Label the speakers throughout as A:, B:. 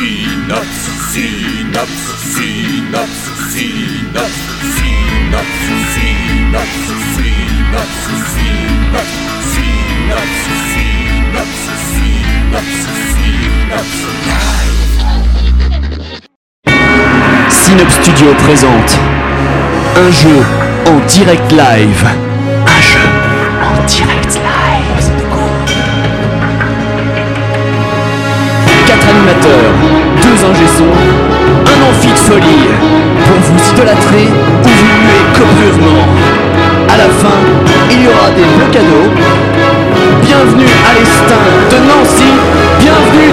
A: Synapse, synapse, synapse, synapse, synapse, synapse, synapse, synapse, synapse, synapse, synapse, synapse,
B: Synop Studio présente un jeu en direct live. Un jeu en direct live. Quatre animateurs, deux ingésons, un amphi de folie pour vous idolâtrer ou vous muer copieusement. À la fin, il y aura des beaux cadeaux. Bienvenue à l'Estin de Nancy. Bienvenue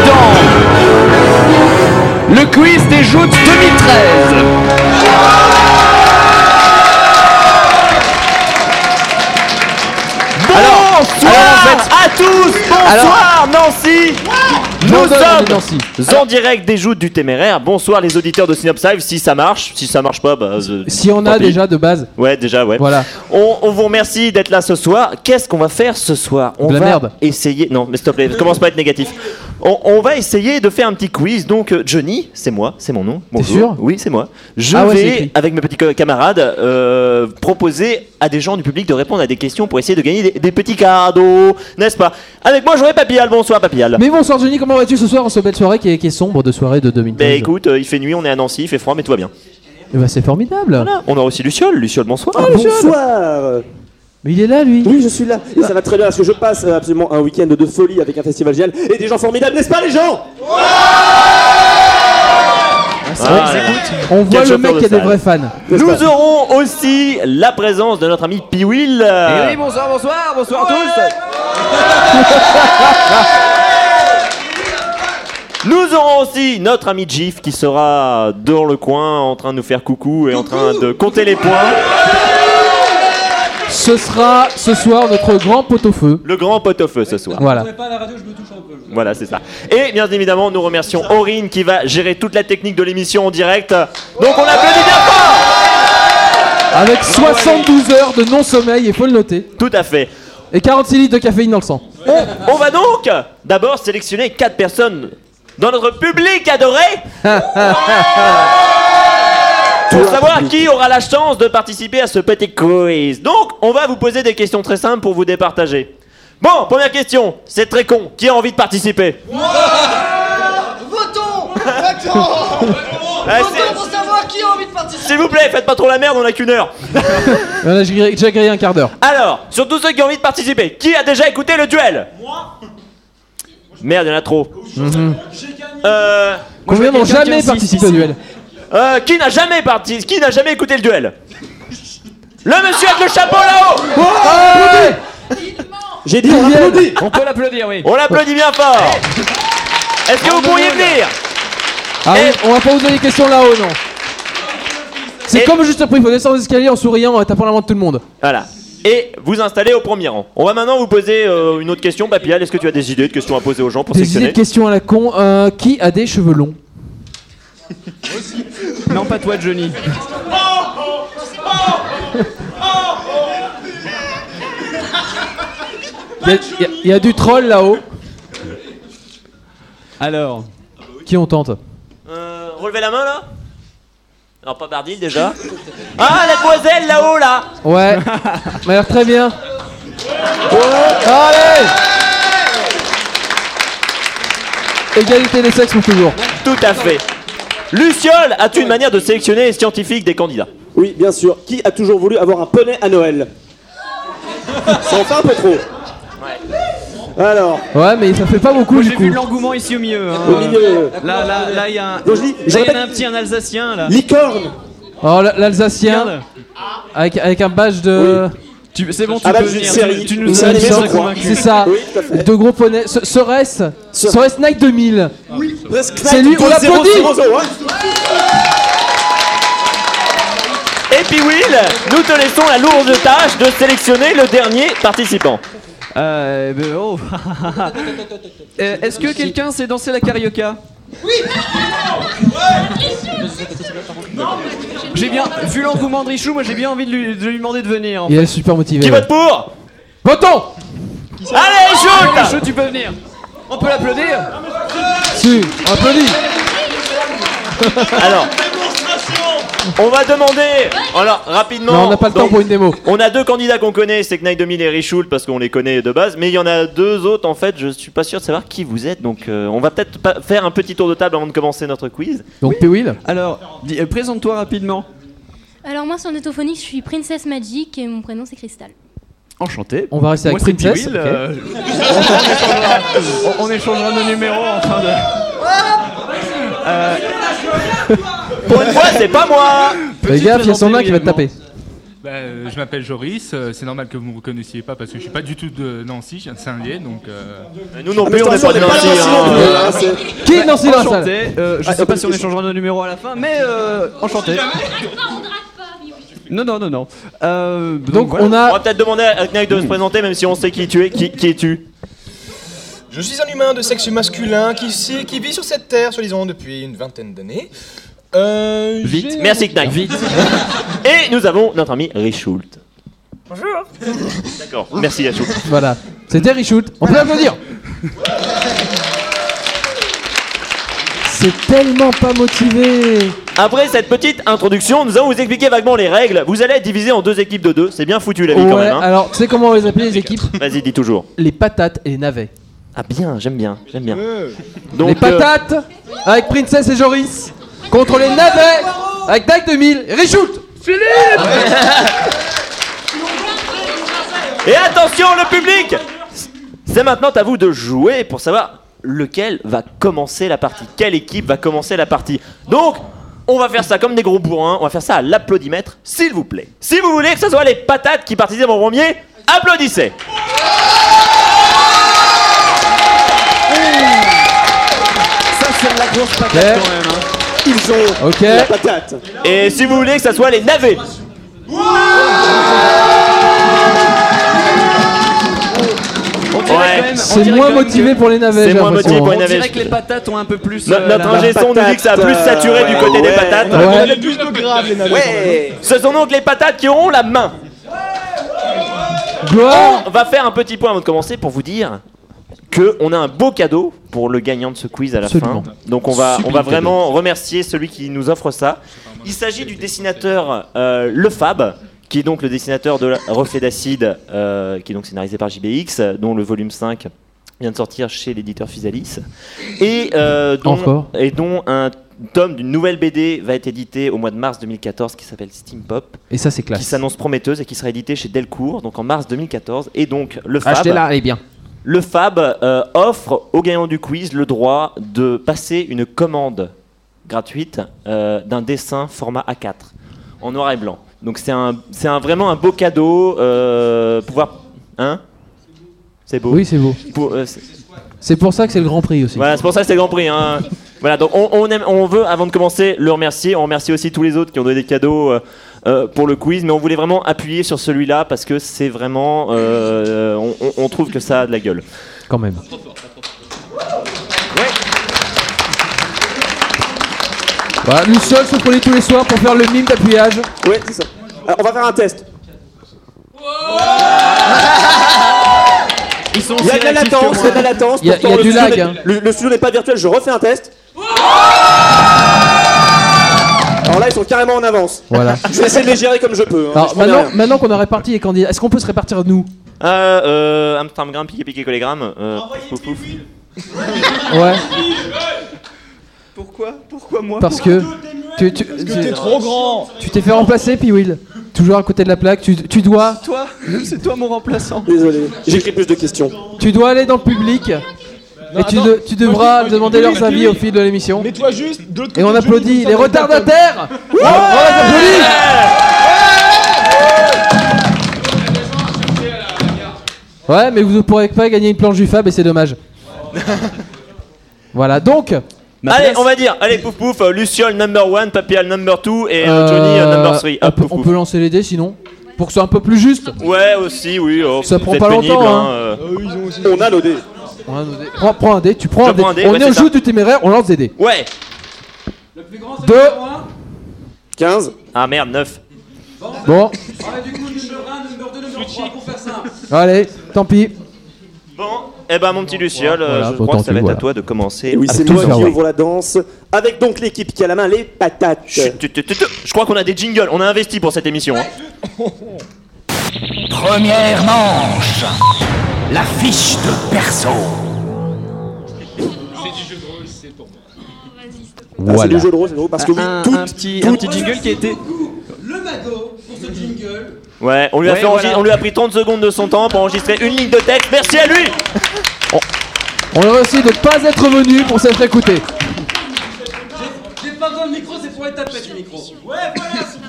B: dans le quiz des jeux de 2013. Alors,
C: Bonsoir
B: alors, en fait-
C: à tous Bonsoir Nancy Nous
B: Bonsoir, Nancy.
C: sommes en direct des joutes du téméraire. Bonsoir les auditeurs de Synops Live. Si ça marche, si ça marche pas, bah, euh,
D: Si on
C: tant
D: a
C: pis.
D: déjà de base,
C: Ouais, déjà, ouais.
D: voilà.
C: On, on vous remercie d'être là ce soir. Qu'est-ce qu'on va faire ce soir On
D: De la
C: va
D: merde.
C: essayer. Non, mais s'il te plaît, commence pas à être négatif. On, on va essayer de faire un petit quiz. Donc, euh, Johnny, c'est moi, c'est mon nom. Bonjour.
D: sûr
C: Oui, c'est moi. Je
D: Ah ouais, c'est
C: vais,
D: écrit.
C: avec mes petits co- camarades, euh, proposer à des gens du public de répondre à des questions pour essayer de gagner des, des petits cadeaux, n'est-ce pas Avec moi, j'aurai Papillal. Bonsoir, Papillal.
D: Mais bonsoir Johnny, comment vas-tu ce soir en cette belle soirée qui est, qui est sombre de soirée de 2013
C: Bah écoute, euh, il fait nuit, on est à Nancy, il fait froid, mais tout va bien.
D: Eh ben, c'est formidable. Ah,
C: Voilà, on aura aussi Luciole. Luciole, bonsoir.
E: Bonsoir
D: Mais il est là lui.
E: Oui, je suis là, et ça va très bien, parce que je passe euh, absolument un week-end de folie avec un festival génial et des gens formidables, n'est-ce pas les gens
C: Ah,
D: On voit
C: Quel
D: le mec
C: chauffeur
D: qui a des
C: de salle.
D: vrais fans.
E: N'est-ce
C: Nous
E: pas
C: aurons aussi la présence de notre ami Piwil.
F: Eh oui, bonsoir, bonsoir, bonsoir à tous.
C: Nous aurons aussi notre ami Jif qui sera dans le coin en train de nous faire coucou et en train de compter les points.
D: Ce sera ce soir notre grand pot-au-feu.
C: Le grand pot au feu ce soir.
D: Voilà.
C: Voilà, c'est ça. Et bien évidemment, nous remercions Aurine qui va gérer toute la technique de l'émission en direct. Donc on l'applaudit bien fort
D: Avec 72 heures de non-sommeil, il faut le noter.
C: Tout à fait.
D: Et 46 litres de caféine dans le sang.
C: On va donc d'abord sélectionner quatre personnes dans notre public adoré pour savoir qui aura la chance de participer à ce petit quiz. Donc, on va vous poser des questions très simples pour vous départager. Bon, première question, c'est très con. Qui a envie de participer
G: Votons D'accord
C: Ah,
G: Votons
C: c'est-
G: pour savoir qui a envie de participer
C: S'il vous plaît, faites pas trop la merde, on a qu'une heure.
D: On a grillé- déjà grillé un quart d'heure.
C: Alors, sur tous ceux qui ont envie de participer, qui a déjà écouté le duel Moi Merde, il y en a trop. Euh,
D: Mhm. Combien n'ont jamais participé au duel
C: Euh, qui n'a jamais parti, qui n'a jamais écouté le duel Le monsieur avec le chapeau là-haut
E: J'ai dit Oh, on applaudit
F: On peut l'applaudir, oui.
C: On l'applaudit bien fort Est-ce que vous pourriez venir
D: Ah
C: Eh.
D: oui, on va pas poser des questions là-haut, non.
C: Eh.
D: C'est comme juste après, il faut descendre les escaliers en souriant, en tapant la main de tout le monde.
C: Voilà. Et vous installez au premier rang. On va maintenant vous poser euh, une autre question. Papillal, est-ce que tu as des idées de questions à poser aux gens pour
D: Des idées
C: sélectionner
D: de questions à la con. euh, qui a des cheveux longs
F: Non, pas toi, Johnny.
D: Il y, a- y a- y a du troll là-haut.
F: Alors,
D: Qui on tente
C: Euh, Relevez la main là Non, pas Bardil déjà. Ah, la demoiselle là-haut là
D: Ouais, m'a l'air très bien. Allez Égalité des sexes pour toujours.
C: Tout à fait. Luciole, as-tu une manière de sélectionner scientifique des candidats
E: Oui, bien sûr, qui a toujours voulu avoir un poney à Noël Ça en fait un peu trop Alors,
D: Ouais, mais ça fait pas beaucoup
F: j'ai
D: du
F: vu
D: coup.
F: de l'engouement ici au milieu. hein.
C: Euh.
E: au milieu,
F: Là, là, là, il y a un. Là,
E: Donc, je dis-
F: il
E: je
F: y en
E: répète-
F: a un petit, un Alsacien, là.
E: licorne
D: Oh, l- l'Alsacien
F: Regarde.
D: avec, avec un badge de.
F: Tu- C'est bon, tu
E: Ah bah,
F: peux
E: c'est une
F: venir.
E: série.
F: Tu, tu
E: Une
F: nous as
E: série
F: déjà
E: méchante, quoi.
F: convaincus.
D: C'est ça.
E: Oui, tout à fait.
D: De gros poneys. Se- Serait-ce Serait-ce Nike 2000
E: C'est
D: lui, on l'applaudit.
C: hein.
E: Ah,
C: Et puis Will, nous te laissons la lourde tâche de sélectionner le dernier participant.
F: Euh, ben, oh. Euh, Est-ce que quelqu'un sait danser la carioca Oui J'ai bien vu l'engouement de Richou, moi j'ai bien envie de lui, de lui demander de venir. en
D: Il est super motivé.
C: Qui
D: ouais.
C: vote pour
D: Votons
C: Allez,
F: fait.
C: shoot
F: Richou, tu peux venir. On peut l'applaudir
D: Si, on applaudit
C: Alors, on va demander. Alors, rapidement.
D: Non, on n'a pas le temps
C: donc,
D: pour une démo.
C: On a deux candidats qu'on connaît, c'est Knight 2000 et Richoul, parce qu'on les connaît de base. Mais il y en a deux autres, en fait, je suis pas sûr de savoir qui vous êtes. Donc, euh, on va peut-être pas- faire un petit tour de table avant de commencer notre quiz.
D: Donc, P-Will
F: Alors, dis- euh, présente-toi rapidement.
H: Alors moi sur Netophonique, je suis Princess Magic et mon prénom c'est Crystal.
F: Enchanté.
D: On va rester
F: Moi,
D: avec
F: c'est
D: Princess.
F: Petit Will,
D: ok.
F: euh, on, on échangera, on- on échangera nos numéros en fin de.
C: Pour une fois, c'est pas moi
D: Fais gaffe, il y a son nain qui va te taper.
I: Bah, euh, je m'appelle Joris, euh, c'est normal que vous ne me reconnaissiez pas parce que je suis pas du tout de Nancy, je viens de Saint-Lé, donc... euh,
C: Nous non
E: Ah, mais
C: plus, on est
E: attention,
C: pas des
E: on est pas
C: nantis,
E: nantis
C: hein.
E: non plus, hein, c'est-
D: Qui est dans la salle
F: Enchanté. euh,
D: Ah,
F: je sais pas si on échangera nos numéros à la fin, mais euh, enchanté. Non, non, non, non. Euh,
D: Donc, on
C: On va
D: a.
C: peut-être demander à Knight
D: Ah.
C: de se présenter, même si on sait qui tu es. Qui, qui es-tu
G: Je suis un humain de sexe masculin qui, s'est- qui vit sur cette terre, soi-disant, depuis une vingtaine d'années. Euh, j'ai-
C: Merci, Knight. Et nous avons notre ami Richoult. Bonjour. D'accord, merci Richoult.
D: Voilà. C'était Richute. On peut l'applaudir C'est tellement pas motivé
C: Après cette petite introduction, nous allons vous expliquer vaguement les règles. Vous allez être divisé en deux équipes de deux. C'est bien foutu la vie quand
D: Ouais,
C: même. hein.
D: alors tu sais comment on les appelait les équipes
C: Vas-y, dis toujours.
D: Les patates et les navets.
C: Ah bien, j'aime bien, j'aime bien.
G: Euh,
C: Donc,
D: les
C: euh,
D: patates avec Princess et Joris contre les navets avec Dag 2000 et Richoult
C: Et attention le public C'est maintenant à vous de jouer pour savoir lequel va commencer la partie, quelle équipe va commencer la partie. Donc, on va faire ça comme des gros bourrins, on va faire ça à l'applaudimètre, s'il vous plaît. Si vous voulez que ce soit les patates qui participent en premier, applaudissez
F: ça c'est la grosse patate
D: Ouais.
F: quand même. hein.
E: Ils ont
D: Ok.
E: la patate.
C: Et si vous voulez que ce soit les navets
F: On dirait
C: Ouais.
F: quand même- on
D: C'est
F: dirait
D: moins
F: quand même
D: motivé
F: que-
D: pour les navets,
C: C'est
D: j'ai
C: moins motivé
D: l'impression.
C: pour
F: On
C: les navets.
F: dirait que les patates ont un peu plus.
C: No-
F: euh,
C: notre
F: la-
C: ingé son nous dit que ça a plus
E: euh,
C: saturé du côté des
E: ouais.
C: patates.
D: hein. Ouais.
G: Il y a plus de grave, les navets.
E: Ouais.
C: Ce sont donc les patates qui auront la main.
D: Gloire
C: On va faire un petit point avant de commencer pour vous dire que on a un beau cadeau pour le gagnant de ce quiz à la
D: Absolument.
C: fin. Donc on va, on va
F: Sublime
C: vraiment remercier celui qui nous offre ça. Il s'agit du dessinateur euh, Le Fab, qui est donc le dessinateur de la- Reflet d'acide, euh, qui est donc scénarisé par JBX, euh, dont le volume 5 vient de sortir chez l'éditeur Physalis, et euh, dont,
D: Encore.
C: et dont un tome d'une nouvelle BD va être édité au mois de mars 2014 qui s'appelle Steam Pop
D: Et ça c'est
C: qui
D: classe.
C: s'annonce prometteuse et qui sera éditée chez Delcourt, donc en mars 2014. Et donc, le Fab,
F: Ah, bah.
D: Achetez-la, elle est eh bien.
C: le Fab euh, offre aux gagnants du quiz le droit de passer une commande gratuite euh, d'un dessin format A4 en noir et blanc. Donc, c'est un, c'est un, vraiment un beau cadeau. euh, pouvoir. Hein C'est beau.
D: Oui, c'est beau.
C: Pour- euh, c'est-
D: C'est pour ça que c'est le Grand Prix aussi.
C: voilà, c'est pour ça que c'est le Grand Prix. hein. Voilà, donc on, on aime- on veut, avant de commencer, le remercier. On remercie aussi tous les autres qui ont donné des cadeaux euh, euh, pour le quiz, mais on voulait vraiment appuyer sur celui-là parce que c'est vraiment. euh, on, on- on trouve que ça a de la gueule.
D: Quand même. Voilà, nous seuls se prenait tous les soirs pour faire le mime d'appuyage.
E: Ouais, c'est ça. Alors, on va faire un test.
F: Ils sont
E: Il y a
F: aussi
E: de la
F: réactifs
E: latence, il y a de
F: que
E: la
F: moi.
E: latence.
D: Il y a-
E: Pourtant,
D: il y a
E: le
D: du
E: studio
D: lag,
E: n'est-
D: hein.
E: Le, le studio n'est pas virtuel, je refais un test. Alors là, ils sont carrément en avance.
D: Voilà.
E: Je vais essayer de les gérer comme je peux. hein, je
D: Alors
E: promets
D: maintenant,
E: rien.
D: maintenant qu'on a réparti les candidats, est-ce qu'on peut se répartir nous
C: Euh, euh, Amstramgram, piqué piqué collégramme. euh, pouf, pouf.
D: Ouais,
F: Pourquoi Pourquoi moi
D: parce que tu tu-
G: Que t'es
D: tu-
G: trop grand.
D: tu t'es fait remplacer, puis Will. Toujours à côté de la plaque, tu, tu dois
F: Toi C'est toi mon remplaçant.
E: Désolé, j'écris plus de questions.
D: tu dois aller dans le public et tu,
G: attends,
D: de- tu devras
G: moi, je-
D: demander
G: moi, je-
D: leurs avis au fil de l'émission.
G: Mets-toi juste de l'autre
D: Et on
G: côté,
D: applaudit
G: Johnny,
D: les
G: comme ça,
D: retardataires. Ouais On les applaudit Ouais, mais vous ne pourrez pas gagner une planche du Fab et c'est dommage. voilà, donc.
C: Allez, on va dire, allez, pouf pouf, euh, Luciole number one, Papillal number two et euh,
D: euh,
C: Johnny euh, number three.
D: on,
C: Hop,
D: peut,
C: pouf,
D: on
C: pouf.
D: peut lancer les dés sinon Pour que ce soit un peu plus juste.
C: Ouais, aussi, oui. oh,
D: Ça
C: vous
D: prend
C: êtes
D: pas
C: pénible,
D: longtemps, hein.
C: euh.
E: On a nos dés.
D: On a nos dés. Prends, prends un dé, tu prends
C: Je
D: un dé.
C: prends un dé,
D: on
C: ouais,
D: est au
C: c'est
D: jeu
C: ça.
D: du téméraire, on lance des dés.
C: Ouais.
D: 2,
E: 15.
C: Ah merde, 9.
D: bon. Allez, tant pis.
E: Ah,
C: Bon, Eh ben, mon petit Luciol, euh,
J: Voilà,
C: je
J: faut
C: crois que ça
J: tenter,
C: va être
J: voilà.
C: à toi de commencer.
E: Et Eh oui,
D: Ah,
C: à
E: c'est
C: tout
E: moi qui
C: faire.
E: ouvre la danse, avec donc l'équipe qui a la main les patates. Ah,
C: Chut, tu, tu, tu, tu. Je crois qu'on a des jingles, on a investi pour cette émission. hein.
A: Première manche, la fiche de perso.
E: Ah, c'est
J: Voilà.
E: du jeu de rôle, c'est drôle, parce que oui,
F: un,
E: tout,
F: un petit,
E: tout-
F: un petit jingle qui était.
C: Ouais, on lui, a
F: Ouais,
C: fait enregistrer-
F: voilà.
C: on lui a pris 30 secondes de son temps pour enregistrer une ligne de texte. Merci à lui
D: On aurait aussi de ne pas être venu pour s'être écouté.
K: J'ai pas besoin de micro, c'est pour les tapettes le micro. Ouais, voilà,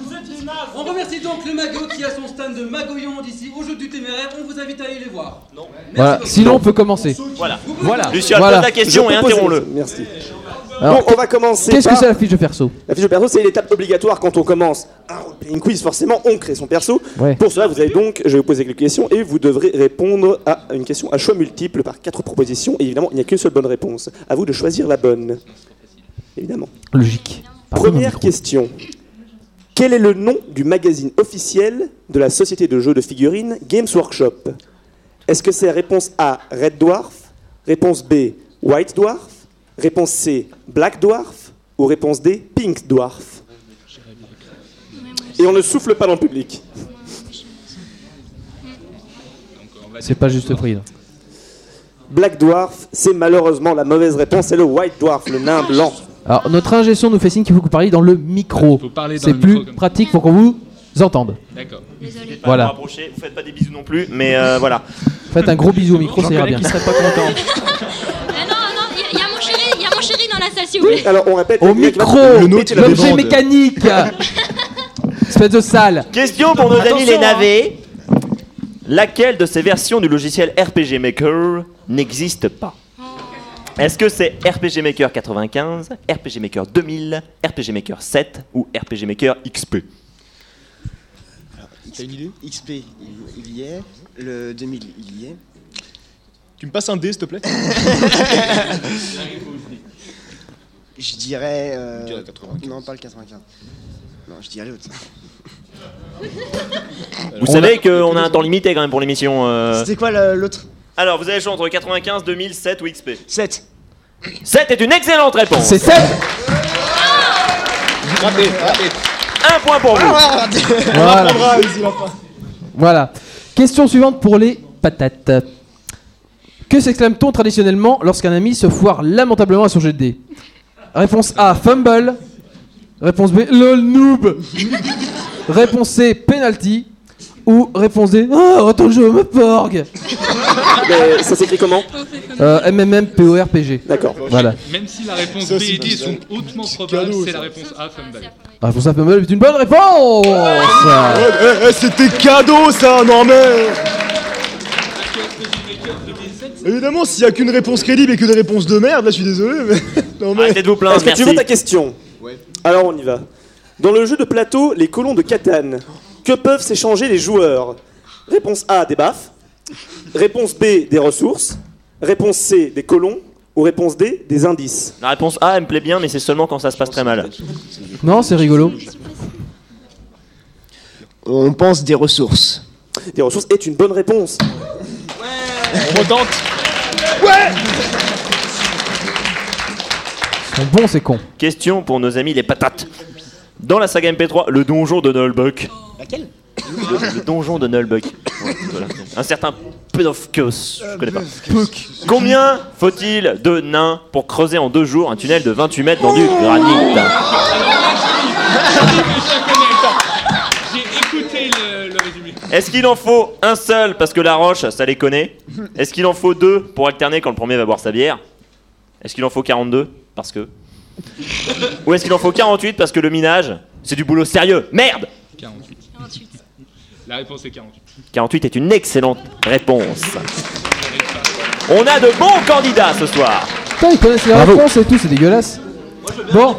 K: vous êtes les nazes. On remercie donc le Mago qui a son stand de Magoyan d'ici au jeu du téméraire. On vous invite à aller les voir. Non.
D: Voilà. Sinon, on peut commencer.
C: Voilà.
D: Voilà.
C: Lucien,
D: Voilà.
C: pose la
E: Je
C: question et
E: propose-
C: interromps-le.
E: Merci.
D: Alors,
E: donc on va commencer
D: Qu'est-ce que
E: par-
D: c'est la fiche de perso
E: La fiche de perso, c'est l'étape obligatoire quand on commence un roleplaying quiz. Forcément, on crée son perso.
D: Ouais.
E: Pour cela, vous avez donc, je vais vous poser quelques questions et vous devrez répondre à une question à choix multiple par quatre propositions. Et évidemment, il n'y a qu'une seule bonne réponse. À vous de choisir la bonne. Évidemment.
D: Logique. Par contre,
E: Première
D: on dit-
E: question. Quel est le nom du magazine officiel de la société de jeux de figurines Games Workshop Est-ce que c'est réponse A, Red Dwarf Réponse B, White Dwarf Réponse C, Black Dwarf Ou réponse D, Pink Dwarf Et on ne souffle pas dans le public.
D: C'est pas juste prix. là.
E: Black Dwarf, c'est malheureusement la mauvaise réponse, c'est le White Dwarf, le nain blanc.
D: Alors, notre ingé son nous fait signe qu'il faut que vous parliez dans le micro.
I: Faut parler dans
D: C'est
I: le
D: plus
I: micro comme ça.
D: pratique pour qu'on vous entende.
I: D'accord.
H: Désolé.
C: Pas
D: Voilà.
C: vous rapprocher, vous faites pas des bisous non plus, mais euh, voilà.
D: Faites un gros bisou au micro, ça ira bien.
F: serait pas content.
H: Ah non, non, il y, a- y a mon chéri, il y a mon chéri dans la salle, s'il vous
E: Oui,
H: plaît.
E: alors on répète.
D: Au
E: le mec va-
D: micro
E: le mec, il a des
D: L'objet
E: bandes.
D: mécanique Espèce de sale
C: Question pour nos amis
F: Attention,
C: les
F: hein.
C: navets. Laquelle de ces versions du logiciel RPG Maker n'existe pas Est-ce que c'est RPG Maker 95, RPG Maker 2000, RPG Maker 7 ou RPG Maker XP
K: T'as une idée
J: XP, il- il y est. Le 2000, il y est.
G: Tu me passes un dé, s'il te plaît
J: Je dirais. euh,
G: Je dirais 95.
J: Non, pas le 95. Non, je dirais l'autre.
C: Vous savez qu'on a un temps limité quand même pour l'émission. euh.
J: C'était quoi le- l'autre
C: Alors vous avez le choix entre 95, 2000, 7 ou XP
J: 7.
C: 7 est une excellente réponse.
D: C'est ça
G: Raté, raté.
C: Un point pour
E: Ah
C: vous.
D: Voilà.
G: Bravo, ici, la fin.
D: Voilà. Question suivante pour les patates. Que s'exclame-t-on traditionnellement lorsqu'un ami se foire lamentablement à son jet de dés Réponse A, fumble. Réponse B, lol noob. réponse C, penalty. Ou réponse D, oh, autant que je me porgue.
E: Mais ça s'écrit comment
D: Euh, MMM, PORPG.
E: D'accord.
D: Voilà.
I: Même si la réponse
G: Ça,
I: B
G: c'est
I: et D
G: pas
I: sont
G: mal.
I: hautement
G: C'est
I: probables,
G: cadeau,
I: c'est
G: ça.
I: la réponse A, fumble.
D: Ah, pour ça, fumble est une bonne réponse
G: Eh, eh, C'était cadeau, ça, non mais Évidemment, s'il n'y a qu'une réponse crédible et que des réponses de merde, là, je suis désolé, mais... Non mais...
C: Arrêtez de vous plaindre,
D: Ah,
E: Est-ce que
C: merci.
E: tu veux ta question
J: Ouais.
E: Alors on y va. Dans le jeu de plateau, les colons de Catane, que peuvent s'échanger les joueurs Réponse A, des baffes. Réponse B, des ressources. Réponse C, des colons. Ou réponse D, des indices.
C: La réponse A, elle me plaît bien, mais c'est seulement quand ça se passe très mal.
D: Non, c'est rigolo.
J: On pense des ressources.
E: Des ressources est une bonne réponse.
G: On retente
D: Bon, bon c'est con.
C: Question pour nos amis les patates. Dans la saga MP3, le donjon de Nullbuck.
J: Laquelle
C: Le, le donjon de Nullbuck. Ouais, voilà. Un certain Pedofkos,
E: Euh,
C: je connais pas. Combien faut-il de nains pour creuser en deux jours un tunnel de 28 mètres dans du granit
I: J'ai écouté le, le résumé.
C: Est-ce qu'il en faut un seul parce que la roche, ça les connaît Est-ce qu'il en faut deux pour alterner quand le premier va boire sa bière Est-ce qu'il en faut 42 parce que Ou est-ce qu'il en faut 48 parce que le minage, c'est du boulot sérieux Merde
I: 48. La réponse est 48.
C: 48 est une excellente réponse. On a de bons candidats ce soir.
D: Putain, ils connaissent les réponses et tout, c'est dégueulasse. Bon,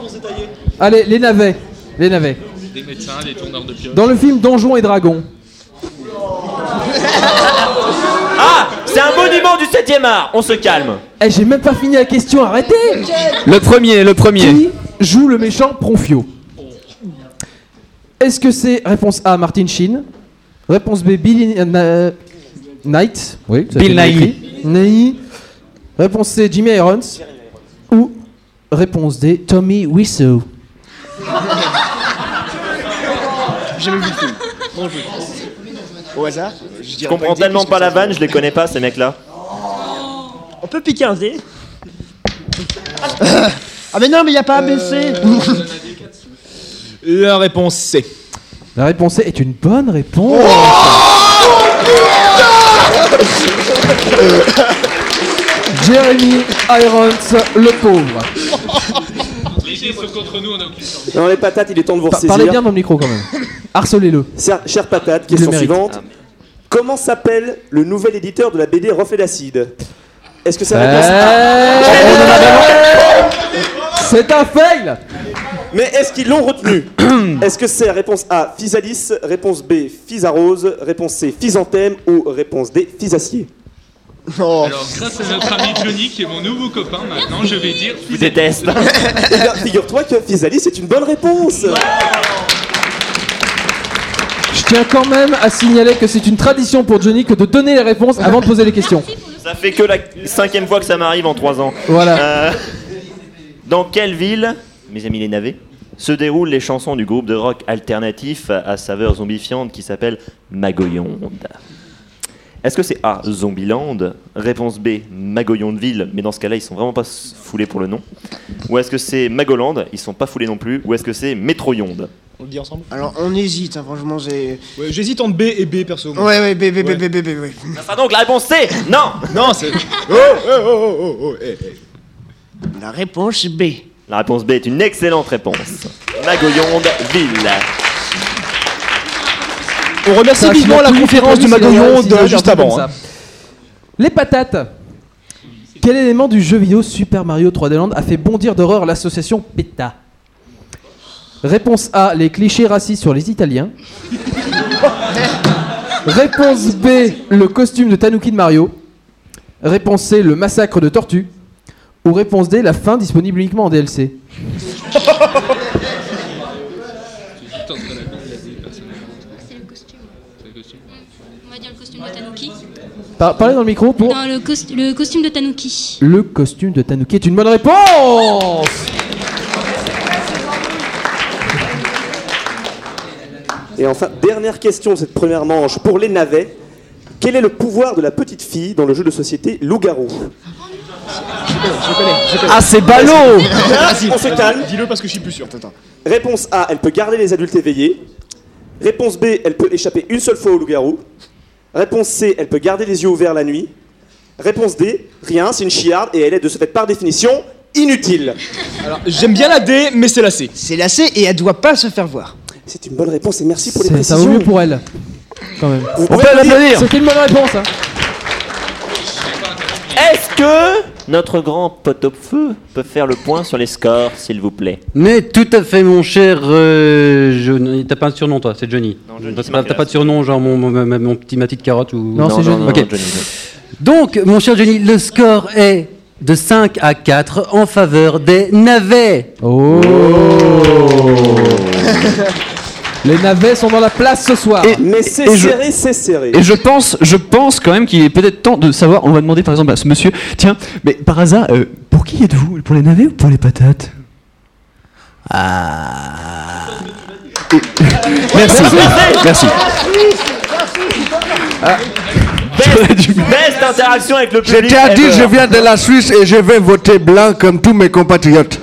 D: allez, les navets. Les navets.
I: Des médecins, des tourneurs de pioche.
D: Dans le film Donjons et Dragons,
C: Ah, c'est un monument du 7e art. On se calme.
D: Eh, j'ai même pas fini la question, arrêtez
B: Le premier, le premier.
D: Qui joue le méchant Pronfio Est-ce que c'est réponse A, Martin Sheen Réponse B, Billy euh, Na- Knight Oui, ça a
B: Bill
D: été bien
B: Nighy.
D: écrit. Nighy. Réponse C, Jimmy Irons. Ou réponse D, Tommy Wiseau.
J: J'ai même vu le film. Bonjour. Au hasard Je
C: Je
J: dirais
C: comprends
J: pas une idée,
C: tellement
J: puisque
C: pas la
J: ça-
C: vanne, je les connais pas ces mecs-là.
L: On peut piquer un dé Ah mais non, mais il n'y a pas ABC
G: La réponse C.
D: La réponse C est une bonne réponse. Jeremy Irons, le pauvre.
I: contre nous, on a aucune chance.
E: Non, les patates, il est temps de vous
D: Par-
E: ressaisir.
D: parlez bien dans le micro quand même. Harcelez-le.
E: Cher- Chère patate,
D: Il le
E: question
D: mérite.
E: suivante. Comment s'appelle le nouvel éditeur de la BD Reflet d'acide Est-ce que c'est
D: Eh. Euh,
E: la réponse A
D: C'est un fail
E: Mais est-ce qu'ils l'ont retenu Est-ce que c'est réponse A, Physalis, réponse B, Physarose, réponse C, Physantème ou réponse D, Physacier
I: Alors, grâce à notre ami Johnny, qui est mon nouveau copain maintenant, je vais dire.
C: Je vous déteste.
E: Eh bien, figure-toi que Physalis est une bonne réponse
D: Je tiens quand même à signaler que c'est une tradition pour Johnny que de donner les réponses avant de poser les questions.
C: Ça fait que la cinquième fois que ça m'arrive en trois ans.
D: Voilà.
C: Euh, dans quelle ville, mes amis les navets, se déroulent les chansons du groupe de rock alternatif à saveur zombifiante qui s'appelle Magoyonde Est-ce que c'est A, Zombieland Réponse B, Magoyondeville, mais dans ce cas-là, ils sont vraiment pas s- foulés pour le nom. Ou est-ce que c'est Magoland Ils sont pas foulés non plus. Ou est-ce que c'est Métroyonde
J: On le dit ensemble Alors on hésite, hein, franchement, j'ai.
G: Ouais, J'hésite entre B et B perso. moi.
J: Ouais, ouais, B, B, B,
G: Ouais.
J: B, B, B, ouais.
C: Ça sera donc la réponse C Non
G: Non, c'est. Oh, oh, oh, oh, oh, eh, eh.
J: La réponse B.
C: La réponse B est une excellente réponse. Magoyondeville.
G: On remercie
D: Ça,
G: vivement
D: je
G: la
D: l'appuie,
G: conférence
D: c'est
G: de
D: comme
G: Magoyon
D: si
G: de
D: j'avais
G: juste
D: un truc
G: avant.
D: comme
G: hein.
D: ça. Les patates. Quel élément du jeu vidéo Super Mario 3D Land a fait bondir d'horreur l'association PETA Réponse A, les clichés racistes sur les Italiens. Réponse B, le costume de Tanuki de Mario. Réponse C, le massacre de Tortue. Ou réponse D, la fin disponible uniquement en DLC.
H: On va dire le costume de Tanuki.
D: Par- parlez dans le micro pour...
H: Non, le, cos- le costume de Tanuki.
D: Le costume de Tanuki est une bonne réponse
E: Et enfin, dernière question de cette première manche pour les navets. Quel est le pouvoir de la petite fille dans le jeu de société Loup-garou
D: Ah, c'est ballot
E: On se calme.
G: Dis-le parce que je suis plus sûr. Attends,
E: Réponse A, elle peut garder les adultes éveillés. Réponse B, elle peut échapper une seule fois au loup-garou. Réponse C, elle peut garder les yeux ouverts la nuit. Réponse D, rien, c'est une chiarde et elle est de ce fait par définition inutile.
G: Alors, Ah, j'aime bien la D, mais c'est la C.
J: C'est la C et elle doit pas se faire voir.
E: C'est une bonne réponse et merci pour les
D: C'est- Ça vaut
E: précisions.
D: mieux pour elle. Quand même.
E: On peut l'applaudir.
D: C'est une bonne réponse. hein.
C: Est-ce que notre grand pot au feu peut faire le point sur les scores, s'il vous plaît
M: Mais tout à fait, mon cher euh, Johnny. T'as pas un surnom, toi C'est Johnny. T'as pas, t'as pas de surnom, genre mon, mon- mon- mon petit, ma petite carotte ou.
D: Non, c'est Johnny.
M: Ok. Donc, mon cher Johnny, le score est de 5 à 4 en faveur des navets.
D: Oh Les navets sont dans la place ce soir.
E: Mais c'est
N: et je-
E: serré, c'est serré.
N: Et je pense, je pense quand même qu'il est peut-être temps de savoir. On va demander par exemple à ce monsieur. Tiens, mais par hasard, euh, pour qui êtes-vous Pour les navets ou pour les patates Ah. Merci, merci.
C: Best, best interaction avec le public.
O: J'étais à dire, je
C: ever.
O: viens de la Suisse et je vais voter blanc comme tous mes compatriotes.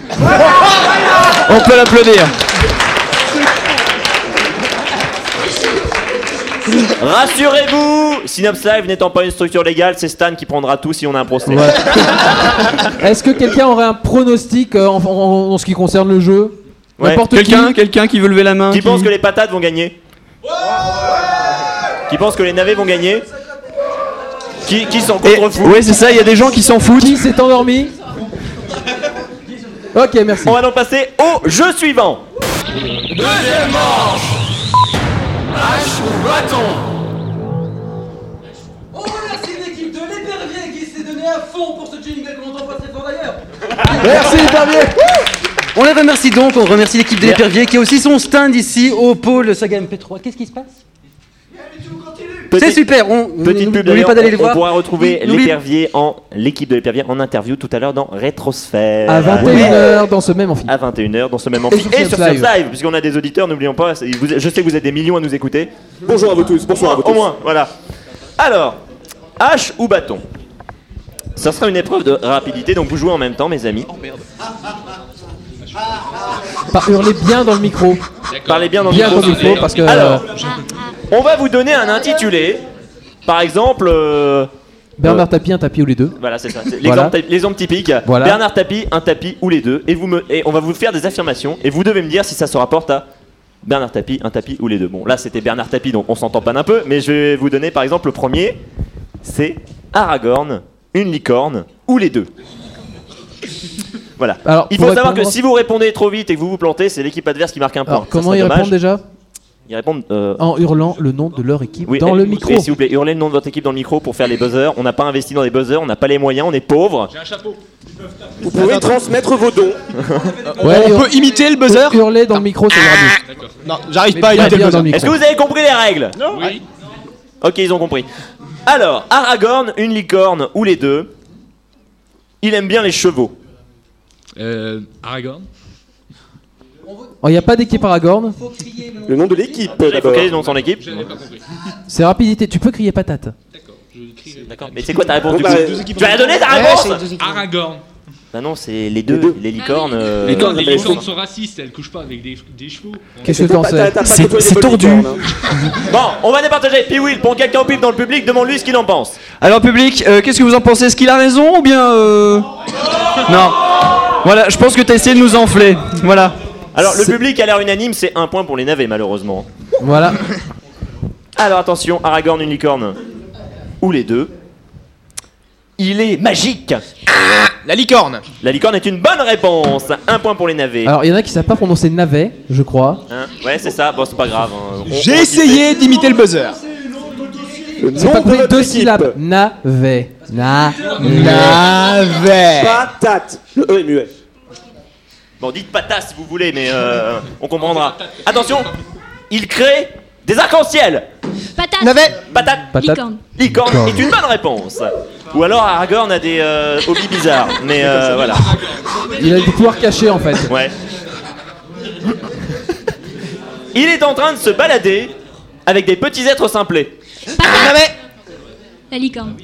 N: On peut l'applaudir.
C: Rassurez-vous, Synapse Live n'étant pas une structure légale, c'est Stan qui prendra tout si on a un procès.
D: Est-ce que quelqu'un aurait un pronostic euh, en, en- en- en ce qui concerne le jeu
C: Ouais.
D: N'importe
N: Quelqu'un,
D: qui.
N: quelqu'un qui veut lever la main.
C: Qui pense que les patates vont gagner Qui pense que les navets vont gagner Qui, qui s'en contrefou
N: Oui, c'est ça. Il y a des gens qui s'en foutent.
D: Qui s'est endormi Ok, merci.
C: On va donc passer au jeu suivant.
A: Deuxième manche Hache ou bâton
K: On remercie l'équipe de l'épervier qui s'est donné à fond pour ce jingle qu'on entend pas très fort d'ailleurs.
M: Merci l'épervier On les remercie donc, on remercie l'équipe de l'épervier qui a aussi son stand ici au pôle Saga MP3. Qu'est-ce qui se passe C'est super. On
C: Petite pub
M: n'oubliez
C: d'ailleurs,
M: pas d'aller les
C: on, on
M: voir.
C: pourra retrouver
M: N'oublie-
C: l'épervier en l'équipe de l'épervier en interview tout à l'heure dans Rétrosphère.
N: Ah
D: À 21h dans ce même amphi.
C: À 21h dans ce même amphi.
D: sur
C: Et sur
D: Surf
C: Surf
D: Live.
C: Live, puisqu'on a des auditeurs, n'oublions pas, c'est- vous- je sais que vous êtes des millions à nous écouter.
E: Bonjour à vous tous, bonsoir à vous
C: Au
E: tous.
C: moins, voilà. Alors, hache ou bâton Ça sera une épreuve de rapidité, donc vous jouez en même temps, mes amis.
D: Par hurler bien dans le micro.
N: Euh.
C: Parlez bien dans le
D: Bien
C: micro.
D: dans le micro, parce que-
C: Alors, on va vous donner un intitulé. Par exemple. euh,
D: Bernard Tapie, un tapis ou les deux.
C: Voilà, c'est ça. C'est
D: Voilà.
C: L'exemple type- l'exemple typique.
D: Voilà.
C: Bernard Tapie, un tapis ou les deux. Et, vous me, et on va vous faire des affirmations et vous devez me dire si ça se rapporte à Bernard Tapie, un tapis ou les deux. Bon, là c'était Bernard Tapie, donc on s'entend pas un peu. Mais je vais vous donner par exemple le premier. C'est Aragorn, une licorne ou les deux. Voilà.
D: Alors,
C: Il faut
D: pour
C: savoir que
D: répondre-
C: si vous répondez trop vite et que vous vous plantez, c'est l'équipe adverse qui marque un point.
D: Alors,
C: Ça,
D: comment
C: c'est
D: ils
C: dommage.
D: répondent déjà
C: Ils répondent euh,
D: En hurlant le nom de leur équipe
C: oui,
D: dans
C: et-
D: le micro.
C: et S'il vous plaît, hurlez le nom de votre équipe dans le micro pour faire les buzzers. On n'a pas investi dans les buzzers, on n'a pas les moyens, on est pauvre.
J: J'ai un chapeau.
E: Vous pouvez transmettre vos dons.
D: Ouais,
J: on
D: hur-
J: peut imiter le buzzer Ah,
D: Hurler dans le micro, ça ira mieux.
J: Non, j'arrive
D: Mais
J: pas à
D: bien,
J: imiter le
D: bien dans
J: buzzer.
D: le micro.
C: Est-ce que vous avez compris les règles Ah.
J: Non Oui.
C: Ok, ils ont compris. Alors, Aragorn, une licorne ou les deux, il aime bien les chevaux.
I: Euh, Aragorn
D: Oh, Il n'y a pas d'équipe Aragorn.
E: Le nom de l'équipe.
C: Il faut caler dans son équipe.
D: C'est rapidité. Tu peux crier patate.
C: D'accord, mais c'est quoi ta réponse
E: Bon,
C: du
E: bah,
C: coup
E: deux
C: Tu vas la donner ta
J: Ouais,
C: réponse
J: c'est deux équipes.
I: Aragorn.
C: Bah non, c'est les deux, les licornes. euh,
I: Les cornes, les
C: les
I: licornes
C: chevaux.
I: sont racistes, elles couchent pas avec des, des chevaux.
D: Qu'est-ce que t'en
J: hein,
D: sais
C: Bon, on va départager. Puis Will, pour quelqu'un au pipe dans le public, demande-lui ce qu'il en pense.
N: Alors public, euh, qu'est-ce que vous en pensez Est-ce qu'il a raison ou bien euh, Non. Voilà, je pense que t'as essayé de nous enfler. Voilà.
C: Alors, le public a l'air unanime, c'est un point pour les navets, malheureusement.
D: Voilà.
C: Alors attention, Aragorn, une licorne. Ou les deux. Il est magique La licorne La licorne est une bonne réponse Un point pour les navets.
D: Alors, il y en a qui savent pas prononcer navet, je crois.
C: Hein ouais, c'est ça, bon, c'est pas grave. hein. On-
J: J'ai
C: on-
J: essayé d'imiter le buzzer.
D: C'est pas compris deux syllabes. Navet. Na.
J: Navet.
E: Patate. Le E est muet.
C: Bon, dites patas si vous voulez, mais euh, on comprendra. Attention Il crée des arcs-en-ciel
H: Patate.
C: Patate
H: Patate. Licorne.
C: Licorne
D: Licorne.
C: est une bonne réponse Ou alors Aragorn a des euh, hobbies bizarres, mais euh, voilà.
D: Il a du pouvoir caché en fait.
C: Ouais. Il est en train de se balader avec des petits êtres simplés.
H: La licorne.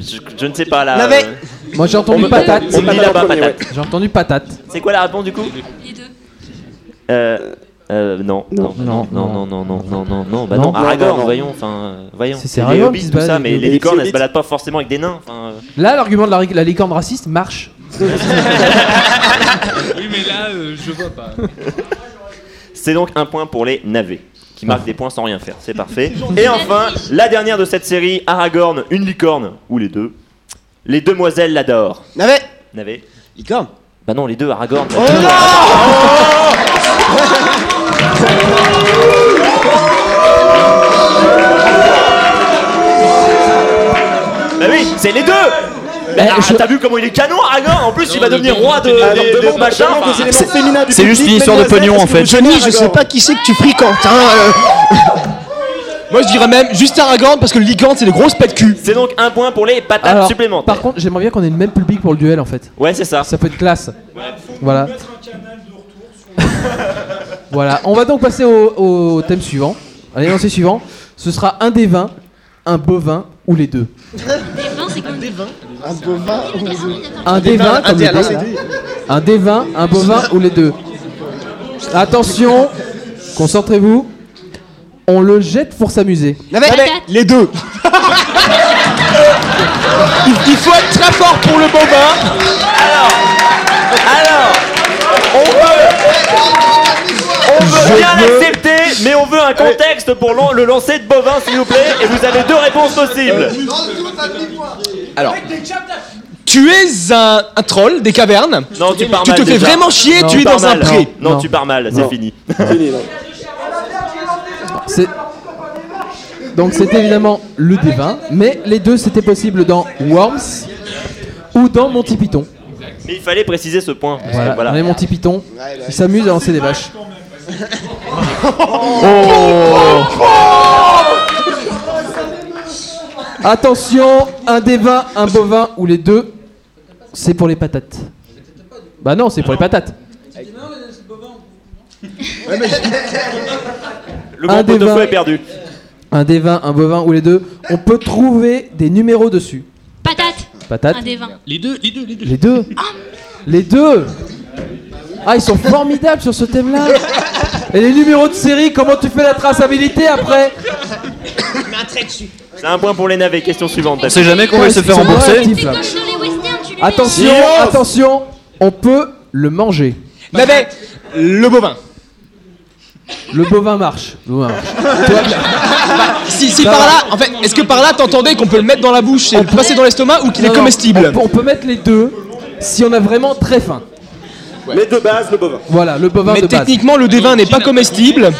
C: Je, je ne sais pas là.
H: Navet.
C: euh,
D: Moi j'ai
C: on
D: entendu
C: me-
D: patate.
C: On me dit là-bas patate.
D: J'ai entendu patate.
C: C'est quoi la réponse du coup
H: Les deux.
C: Euh, euh, non, non, non, non, non, non, non, non, non, non, bah non,
D: Non,
C: Aragorn,
D: non, non.
C: voyons, enfin, euh, voyons.
D: C'est- c'est
C: les
D: Aragorn
C: hobbits,
D: qui se
C: tout
D: balade
C: ça,
D: avec
C: mais
D: des-
C: les
D: des
C: licornes, elles se
D: hobbits.
C: baladent pas forcément avec des nains. enfin, euh.
D: Là, l'argument de la, la licorne raciste marche.
I: Oui, mais là, euh, je vois pas.
C: C'est donc un point pour les navets,
D: Ah.
C: qui marquent des points sans rien faire, c'est parfait. Et enfin, la dernière de cette série, Aragorn, une licorne, ou les deux. Les demoiselles l'adorent.
J: Navet.
C: Navet.
J: Licorne.
C: Bah non, les deux, Aragorn. Bah oui, c'est les deux Bah, ah, T'as vu comment il est canon, Aragorn En plus, il va devenir roi de,
D: Ah
E: Alors,
C: des- des
E: demande-
C: machins,
E: demande aux
C: enfin.
E: éléments féminins du
N: c'est juste
E: public,
N: une histoire de
E: mesdemoiselles,
N: pognon, en
E: est-ce que
N: fait.
E: vous
J: Johnny,
E: connaissez
J: je sais
E: Aragorn
J: pas qui c'est que tu fréquentes. Hein, euh. Moi, je dirais même juste Aragorn parce que le licorne, c'est des grosses pets de cul.
C: C'est donc un point pour les patates
D: Alors,
C: supplémentaires.
D: Par contre, j'aimerais bien qu'on ait le même public pour le duel en fait.
C: Ouais, c'est ça.
D: Ça peut être classe. Voilà. voilà. On va donc passer au, au thème suivant. Allez, lancez suivant. Ce sera un des vins, un bovin ou les deux.
H: Des vins, c'est quoi Des vins.
J: Un bovin.
H: Ah
D: Un des vins,
J: un
D: comme
J: dé
D: le
J: à
D: dé,
J: lancer.
D: là. Un des vins, un bovin ou les deux. Attention, concentrez-vous. On le jette pour s'amuser.
J: Navet. Les deux. il, il faut être très fort pour le bovin.
C: Alors, on veut, on veut bien l'accepter, mais on veut
D: Eh.
C: un contexte pour lan- le lancer de bovin, s'il vous plaît. Et vous avez deux réponses possibles.
J: Euh, Alors. Tu es un, un troll des cavernes.
C: Non, tu pars
J: Tu
C: mal.
J: te fais
C: déjà.
J: vraiment chier, tu es
C: pars
J: dans un
C: mal.
J: pré.
C: Non, tu pars mal, c'est fini.
D: C'est- Donc c'est évidemment le des vins, mais les deux c'était possible dans Worms ou dans Monty Python.
C: Mais il fallait préciser ce point. parce que
D: Voilà,
C: voilà.
D: on est Monty Python, il s'amuse à lancer des vaches.
N: Oh
D: Attention, un des vins, un bovin ou les deux, c'est pour les patates. Bah non, c'est pour les patates.
C: Le
D: Un
C: grand pot
D: des
C: de
D: vins.
C: feu est perdu.
D: Un des vins, un bovin ou les deux, on peut trouver des numéros dessus.
H: Patate.
D: Patate.
H: Un des vins.
P: Les deux, les deux, les deux.
D: Les deux Les deux Ah, ils sont formidables sur ce thème-là Et les numéros de série, comment tu fais la traçabilité après
C: Mets un trait dessus. C'est un point pour les navets. Question suivante.
D: On sait jamais qu'on va se faire rembourser. C'est comme dans Attention,
C: Silence
D: attention, on peut le manger.
P: Navet, le bovin.
D: Le bovin marche. Le bovin marche.
P: Bah, si, si,
D: Ça
P: par
D: va.
P: là, en fait, est-ce que par là t'entendais qu'on peut le mettre dans la bouche et le passer dans l'estomac ou qu'il
D: Non,
P: est
D: non,
P: comestible
D: on peut- On, peut mettre les deux si on a vraiment très faim.
E: Mais de base, le bovin.
D: Voilà, le bovin
P: Mais
D: de base.
P: techniquement, le dévin n'est pas comestible.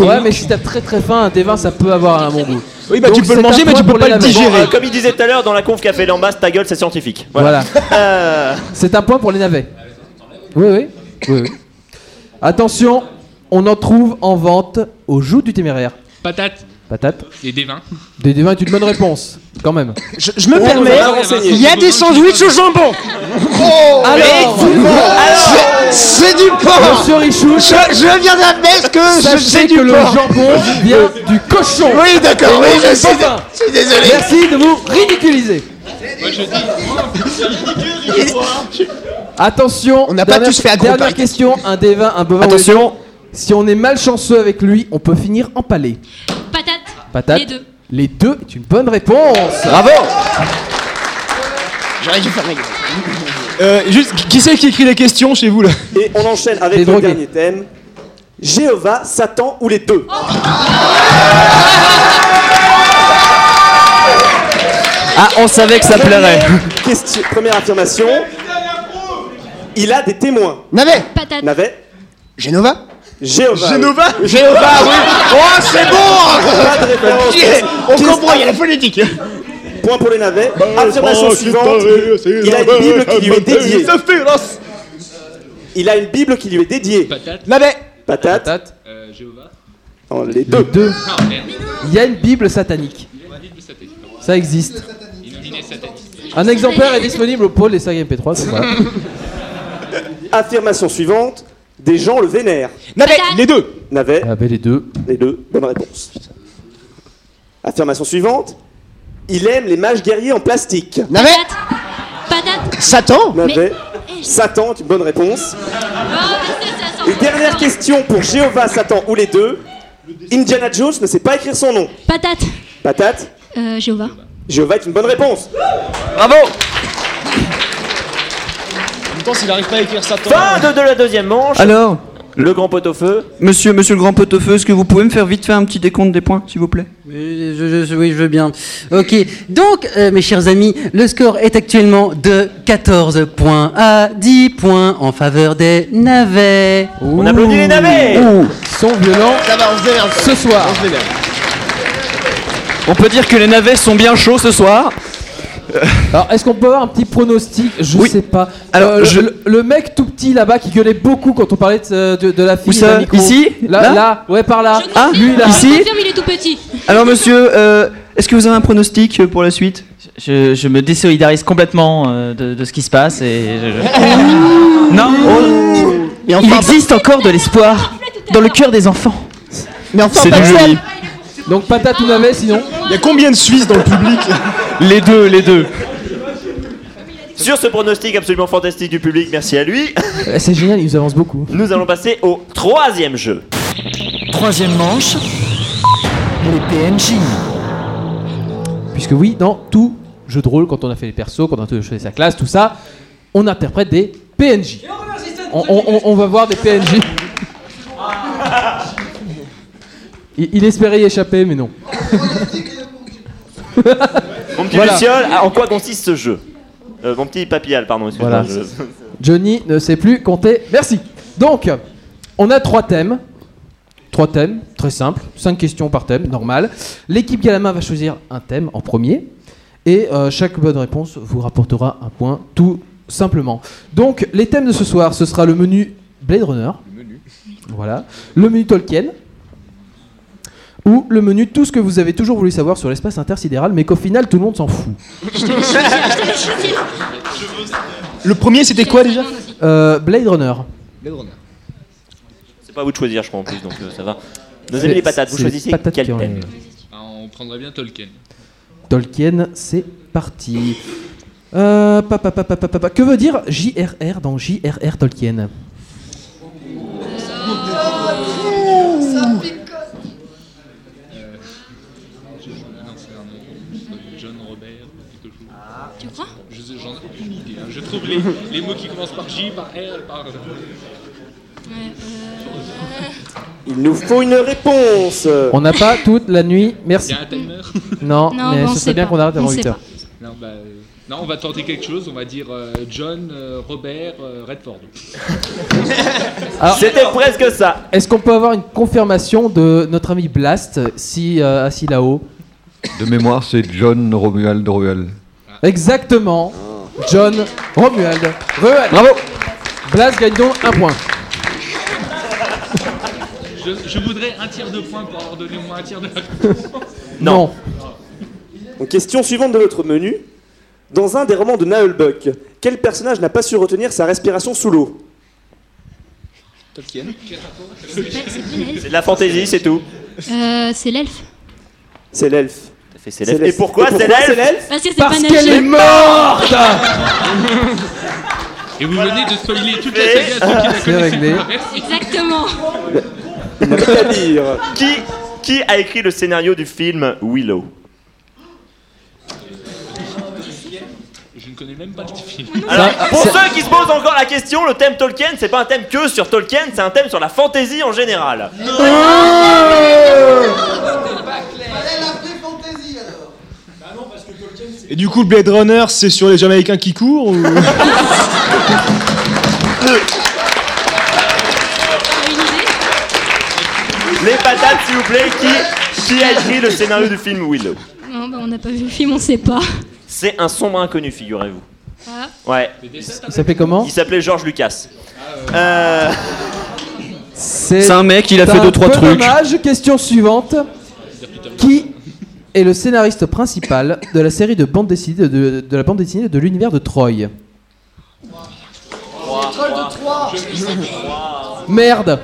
D: Ouais, mais si t'as très très faim, un des vins, ça peut avoir un bon goût.
P: Oui, bah, tu peux le manger, mais tu peux pas le
C: Bon, euh, comme il disait tout à l'heure, dans la conf qu'a fait Lambas, ta gueule, c'est scientifique.
D: Voilà.
C: Euh,
D: C'est un point pour les navets. Oui, oui. oui, oui. Attention, on en trouve en vente au jour du téméraire.
P: Patate.
D: Patate.
P: Et des vins.
D: Des dévins est une bonne réponse, quand même.
P: Je, me permets, il y a des sandwichs au jambon.
L: Oh
D: Alors,
L: mais- c'est- C'est du porc
D: Monsieur Richou,
L: je, je viens d'admettre que je-
D: Sachez
L: c'est
D: que
L: du
D: le
L: porc
D: jambon vient du cochon.
L: Oui, d'accord,
D: Et
L: oui,
D: non
L: je
D: du
L: suis-
D: bovin.
L: je suis désolé.
D: Merci de vous ridiculiser. Attention, on n'a
P: pas tous fait un gros
D: Dernière
P: pack.
D: question, un des vins, un bovin.
P: Attention.
D: ou des deux. Si on est malchanceux avec lui, on peut finir empalé.
H: Patate.
D: Patate.
H: Les deux.
D: Les deux est une bonne réponse.
J: Ah.
P: Bravo. J'aurais dû faire euh, Juste, qui c'est qui écrit les questions chez vous là
E: Et on enchaîne avec le dernier thème. Jéhovah, Satan ou les deux
B: Ah, on savait que ça plairait.
E: Question- première affirmation. Il a des témoins.
L: Navet
H: Patate.
E: Navet
L: Génova
E: Jéhovah.
L: Génova
E: oui.
L: Génova, oui. Oh, c'est bon
E: Pas de référence.
L: Yeah, On
E: Qu'est-ce-
L: comprend, il y a la phonétique
E: Point pour les navets.
L: oh,
E: Affirmation
L: c'est pas
E: suivante.
L: vrai, c'est
E: Il a
L: la
E: une Bible qui lui est
L: bataille,
E: dédiée.
L: ça
E: Il a une Bible qui lui est dédiée.
J: ben,
P: Navet
E: Patate. Non, les deux.
D: Deux. Il y a une Bible satanique. Ça existe. Un exemplaire est disponible au pôle des sagas MP3. donc voilà.
E: Affirmation suivante. Des gens le vénèrent.
P: Navet Les deux
E: Navet.
D: Navet, les deux.
E: Les deux. Bonne réponse. Affirmation suivante. Il aime les mages guerriers en plastique.
L: Navet
H: Patate. Eh,
L: Satan
E: Navet. Satan, une bonne réponse. Et dernière question pour Jéhovah, Satan ou les deux. Indiana Jones ne sait pas écrire son nom.
H: Patate.
E: Patate,
H: Euh, Jéhovah.
E: Jéhovah est une bonne réponse.
C: Bravo
P: En même temps, s'il arrive pas à écrire Satan.
C: Fin de, de la deuxième manche.
Q: Alors,
C: Le grand pot au feu.
Q: monsieur, monsieur le grand pot au feu, est-ce que vous pouvez me faire vite fait un petit décompte des points, s'il vous plaît
R: Oui, je, je- oui, je veux bien. Ok, donc, euh, mes chers amis, le score est actuellement de 14 points à 10 points en faveur des navets.
C: On applaudit les navets
D: Ils sont violents
L: Ça va, on se démerde.
D: ce soir.
L: On se démerde.
N: On peut dire que les navets sont bien chauds ce soir.
D: Alors, est-ce qu'on peut avoir un petit pronostic Je sais pas. Euh,
N: Alors,
D: le,
N: je-
D: le- le mec tout petit là-bas qui gueulait beaucoup quand on parlait de, ce- de- de la fille.
Q: ça
D: dans le micro.
Q: Ici
D: là, là
Q: Là
D: Ouais, par là.
Q: Ah,
D: lui là.
Q: ici
H: Confirme, il est tout petit.
Q: Alors, monsieur, euh, est-ce que vous avez un pronostic euh, pour la suite
S: Je, je me désolidarise complètement euh, de, de ce qui se passe et. je- je- non Il existe encore de l'espoir dans le cœur des enfants.
L: Mais
D: enfin, C'est pas du de joli. Donc patate ou navet sinon
P: Il y a combien de Suisses dans le public
N: Les deux, les deux.
C: Sur ce pronostic absolument fantastique du public, merci à lui.
D: Euh, C'est génial, ils avancent beaucoup.
C: Nous allons passer au troisième jeu.
D: Troisième manche, les PNJ. Puisque oui, dans tout jeu de rôle, quand on a fait les persos, quand on a fait sa classe, tout ça, on interprète des PNJ. On, on- on- on va voir des PNJ. Il, il espérait y échapper, mais non.
C: Mon petit
D: Voilà.
C: Luciole, ah, en quoi consiste ce jeu Euh, Mon petit papillal, pardon, excuse-moi.
D: Voilà. Johnny ne sait plus compter. Merci. Donc, on a trois thèmes. Trois thèmes, très simples. Cinq questions par thème, normal. L'équipe qui a la main va choisir un thème en premier. Et euh, chaque bonne réponse vous rapportera un point, tout simplement. Donc, les thèmes de ce soir, ce sera le menu Blade Runner. Voilà. Le menu Tolkien. ou le menu Tout ce que vous avez toujours voulu savoir sur l'espace intersidéral, mais qu'au final tout le monde s'en fout.
J: Le premier c'était quoi déjà
D: Euh, Blade Runner.
C: C'est pas à vous de choisir, je crois en plus, donc euh, ça va. Nos amis les patates, vous
D: C'est
C: choisissez
D: patates
C: quel
D: qui ont-
C: thème
I: Ah, On prendrait bien Tolkien.
D: Tolkien, c'est parti. Euh, pa, pa, pa, pa, pa, pa, pa. Que veut dire JRR dans JRR Tolkien
I: John Robert, quelque chose. Tu crois Je sais, j'en ai aucune idée. hein. Je trouve les, les mots qui commencent par J, par R, par.
H: euh,
E: Il nous faut une réponse.
D: On n'a pas toute la nuit, merci.
I: Il y a un timer
D: Non,
I: Non,
D: mais
I: bon,
D: ce
I: on sait
D: serait bien
I: pas.
D: qu'on arrête
I: On
D: avant
I: sait
D: 8h.
I: pas. Non, bah, euh, non, on va tenter quelque chose. On va dire euh, John, euh, Robert, euh, Redford.
C: C'était presque ça.
D: Est-ce qu'on peut avoir une confirmation de notre ami Blast, si euh, assis là-haut
T: De mémoire, c'est John Romuald Romuald.
D: Exactement. John Romuald. Romuald. Bravo. Blast gagne donc un point.
I: Je, je voudrais un tiers de point pour avoir donné au moins un tiers de la
E: Non. Donc, question suivante de notre menu. Dans un des romans de Naëlbuck, quel personnage n'a pas su retenir sa respiration sous l'eau
G: Tolkien.
C: C'est de la fantaisie, c'est tout.
H: Euh, c'est l'elfe.
E: C'est l'elfe.
C: C'est l'elfe. Et pourquoi c'est l'elfe
H: Parce que c'est
C: Parce
H: pas
C: qu'elle
H: nager.
C: est morte
I: Et vous venez de spoiler toute la saga à ceux qui la
D: Ah, C'est réglé.
H: Exactement.
C: qui, qui a écrit le scénario du film Willow
I: Je ne connais même pas le film.
C: Alors, pour ceux qui se posent encore la question, le thème Tolkien, c'est pas un thème que sur Tolkien, c'est un thème sur la fantaisie en général.
P: Et du coup, le Blade Runner, c'est sur les Jamaïcains qui courent ou...
C: Les patates, s'il vous plaît, qui, qui a écrit le scénario du film Willow
H: Non, bah, on n'a pas vu le film, on sait pas.
C: C'est un sombre inconnu, figurez-vous.
H: Ah.
C: Ouais. Il
D: s'appelait comment
C: Il s'appelait George Lucas. Euh,
D: C'est
Q: C'est un mec, il a fait
D: un
Q: deux, trois
D: peu
Q: trucs.
D: Dommage. Question suivante. Qui est le scénariste principal de la série de bande dessinée de, de- de la bande dessinée de l'univers de Troy Merde.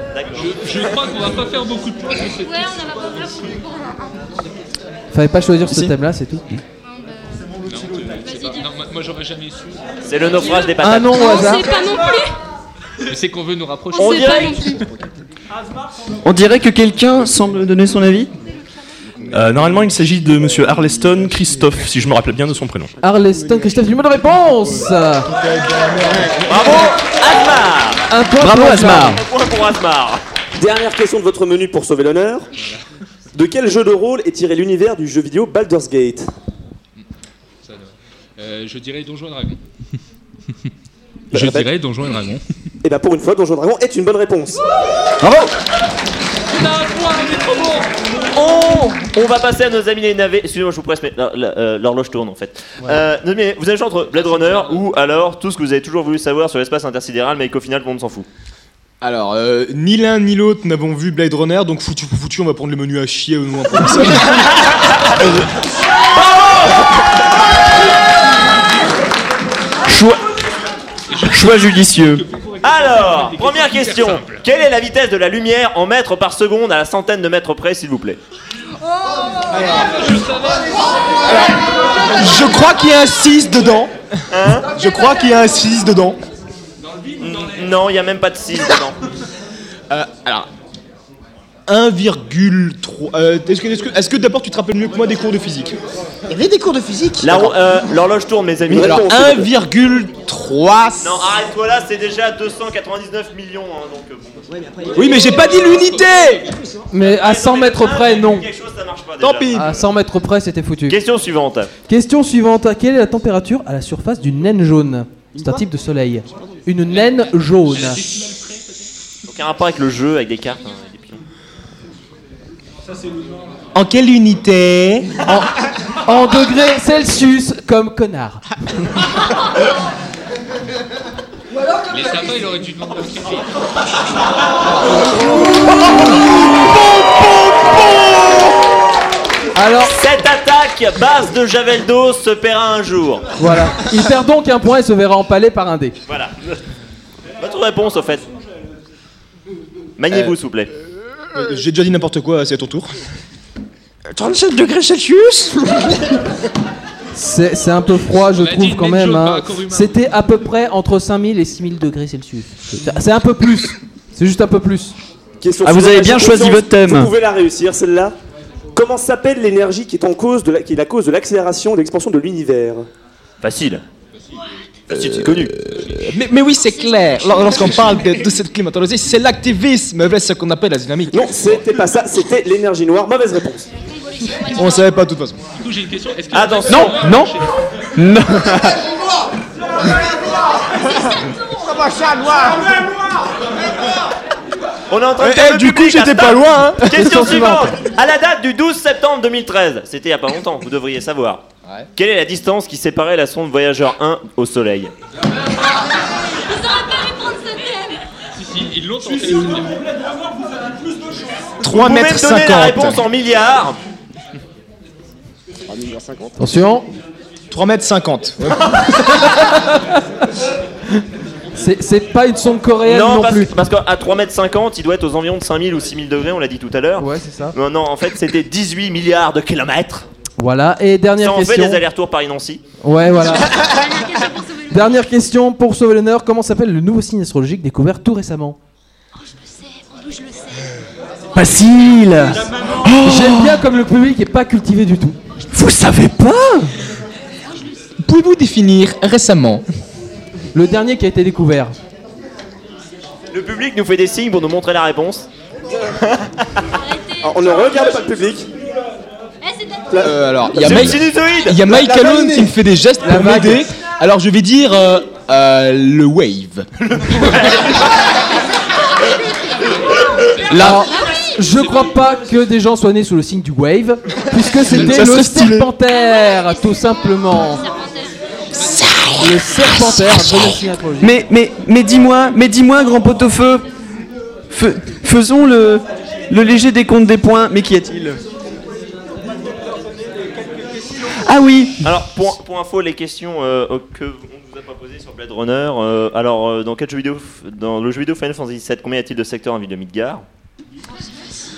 I: Je crois qu'on va pas faire beaucoup de points sur cette Ouais, on va pas faire
H: bah,
D: Fallait pas choisir ce
I: Si.
D: thème-là, c'est tout.
I: Non, moi- moi j'aurais jamais su.
C: C'est le naufrage des
D: patates. Ah non, au Non, hasard.
I: pas non plus. Mais c'est qu'on veut nous
H: Oh.
I: rapprocher.
L: On sait pas non
Q: On dirait que quelqu'un semble donner son avis.
U: Euh, normalement, il s'agit de monsieur Arleston Christophe, si je me rappelle bien de son prénom.
D: Arleston Christophe, une bonne réponse.
C: Bravo, Asmar
D: Un point
E: Bravo,
D: pour
E: Asmar.
C: Un point pour Asmar.
E: Dernière question de votre menu pour sauver l'honneur. De quel jeu de rôle est tiré l'univers du jeu vidéo Baldur's Gate Bah,
I: Euh, je dirais Donjon et Dragon.
E: Je dirais
I: Donjon et Dragon.
E: Et bien bah, eh ben, pour une fois, Donjon et Dragon est une bonne réponse.
C: Bravo
I: On a un point, il est trop bon
D: Oh.
C: On, on va passer à nos amis les navets. Excusez-moi, je vous presse, mais non, la- euh, l'horloge tourne en fait. Euh, nos amis, vous avez le choix entre Blade Runner ou alors tout ce que vous avez toujours voulu savoir sur l'espace intersidéral, mais qu'au final, tout le monde s'en fout.
G: Alors, euh, ni l'un ni l'autre n'avons vu Blade Runner, donc foutu pour foutu, on va prendre le menu à chier au moins.
P: Choix... Choix judicieux.
C: Alors, première question. Quelle est la vitesse de la lumière en mètres par seconde à la centaine de mètres près, s'il vous plaît
P: Je crois qu'il y a un 6 dedans. Je crois qu'il y a un 6 dedans.
C: Non, il n'y a même pas de signe dedans.
J: Euh,
G: alors. 1,3. euh, Est-ce que, est-ce que, est-ce que d'abord tu te rappelles mieux que moi des cours de physique
L: Il y avait Eh des cours de physique.
C: La ro- euh, L'horloge tourne, mes amis.
G: Alors 1,3.
C: Non, arrête-toi là, c'est déjà 299 millions. hein, donc, euh, bon.
D: Oui, mais j'ai pas dit
G: l'unité.
D: Mais à 100 mètres près, non.
C: Quelque chose, ça marche pas.
D: Tant
C: déjà.
D: pis. À 100 mètres près, c'était foutu.
C: Question suivante.
D: Question suivante. Quelle est la température à la surface d'une naine jaune C'est un type de soleil. Une naine jaune.
C: Aucun rapport avec le jeu, avec des cartes. hein, et des pions.
D: En quelle unité en, degrés Celsius, comme connard.
I: Les sapins, il aurait dû demander au Kiki.
L: Bon, bon, bon
C: Alors, Oh, cette attaque base de Javeldos se paiera un jour.
D: Voilà. Il perd donc un point et se verra empalé par un dé.
C: Voilà. Votre réponse, au fait. Maniez-vous,
G: Euh,
C: s'il vous plaît.
G: Euh, J'ai déjà dit n'importe quoi, c'est à ton tour.
P: 37 degrés Celsius
D: C'est c'est un peu froid, je
P: On a dit
D: trouve,
P: une
D: quand
P: bête
D: même.
P: jaune,
D: hein.
P: pas un corps humain.
D: C'était à peu près entre 5000 et 6000 degrés Celsius. C'est- C'est un peu plus. C'est juste un peu plus.
E: Question
D: Ah, vous
E: suivante,
D: avez bien
E: la
D: choisi
E: question,
D: votre thème.
E: Vous pouvez la réussir, celle-là. Comment s'appelle l'énergie qui est en cause de la, qui est la cause de l'accélération et de l'expansion de l'univers
C: Facile. Facile, c'est connu.
J: Mais, mais oui, c'est clair. Eh, Lors- Lorsqu'on parle de, de cette climatologie, c'est l'activisme, c'est ce qu'on appelle la dynamique.
E: Non, c'était pas ça, c'était l'énergie noire. Mauvaise réponse.
J: On savait pas de toute façon.
U: Du coup, j'ai une question. Est-ce que
C: Attention.
J: non, non.
C: On est en train de
P: Eh,
C: perdre
P: eh,
C: le
P: du
C: public,
P: coup, j'étais
C: la
P: pas
C: stop.
P: loin, hein.
C: Question
P: Question
C: suivante.
P: suivante.
C: À la date du 12 septembre 2013, c'était il y a pas longtemps, vous devriez savoir. Quelle est la distance qui séparait la sonde Voyageur 1 au Soleil
U: Si, si, ils l'ont tenté.
C: Vous pouvez me donner la
J: 50.
C: réponse en milliards.
J: 3,50
D: Attention.
J: 3 mètres 50.
D: C'est c'est pas une sonde coréenne
C: non,
D: non,
C: parce,
D: plus.
C: parce qu'à 3m50, il doit être aux environs de 5000 ou 6000 degrés, on l'a dit tout à l'heure.
D: Ouais, c'est ça.
C: Non, non, en fait, c'était 18 milliards de kilomètres.
D: Voilà. Et dernière
C: ça en
D: question.
C: fait des allers-retours Paris-Nancy.
D: Ouais, voilà. dernière question pour sauver l'honneur. Comment s'appelle le nouveau signe astrologique découvert tout récemment
H: Oh,
P: Facile
D: J'aime bien comme le public est pas cultivé du tout.
J: Vous savez pas Pouvez-vous définir récemment
D: Le dernier qui a été découvert.
C: Le public nous fait des signes pour nous montrer la réponse.
E: on ne regarde pas le public.
H: Eh,
J: Euh, alors, il y a,
C: C'est
J: Mike-
C: une sinusoïde.
J: il y a
C: La-
J: Mike
C: la
J: Alone
C: vague.
J: qui me fait des gestes
C: La
J: pour
C: vague.
J: m'aider. Alors, je vais dire euh, euh, le wave.
D: Là, je crois pas que des gens soient nés sous le signe du wave, puisque c'était
J: Ça
D: le
J: serait stylé.
D: serpentaire, tout simplement. Le serpentaire, un premier signe astrologique.
P: Mais, mais, mais dis-moi, mais dis-moi, grand pot au feu, fais- faisons le, le léger décompte des points, mais qui est-il Ah oui
C: Alors, pour, pour info, les questions euh, que on nous a pas posées sur Blade Runner. euh, alors, euh, dans quel jeu vidéo, f- dans le jeu vidéo Final Fantasy VII, combien y a-t-il de secteurs en ville de Midgar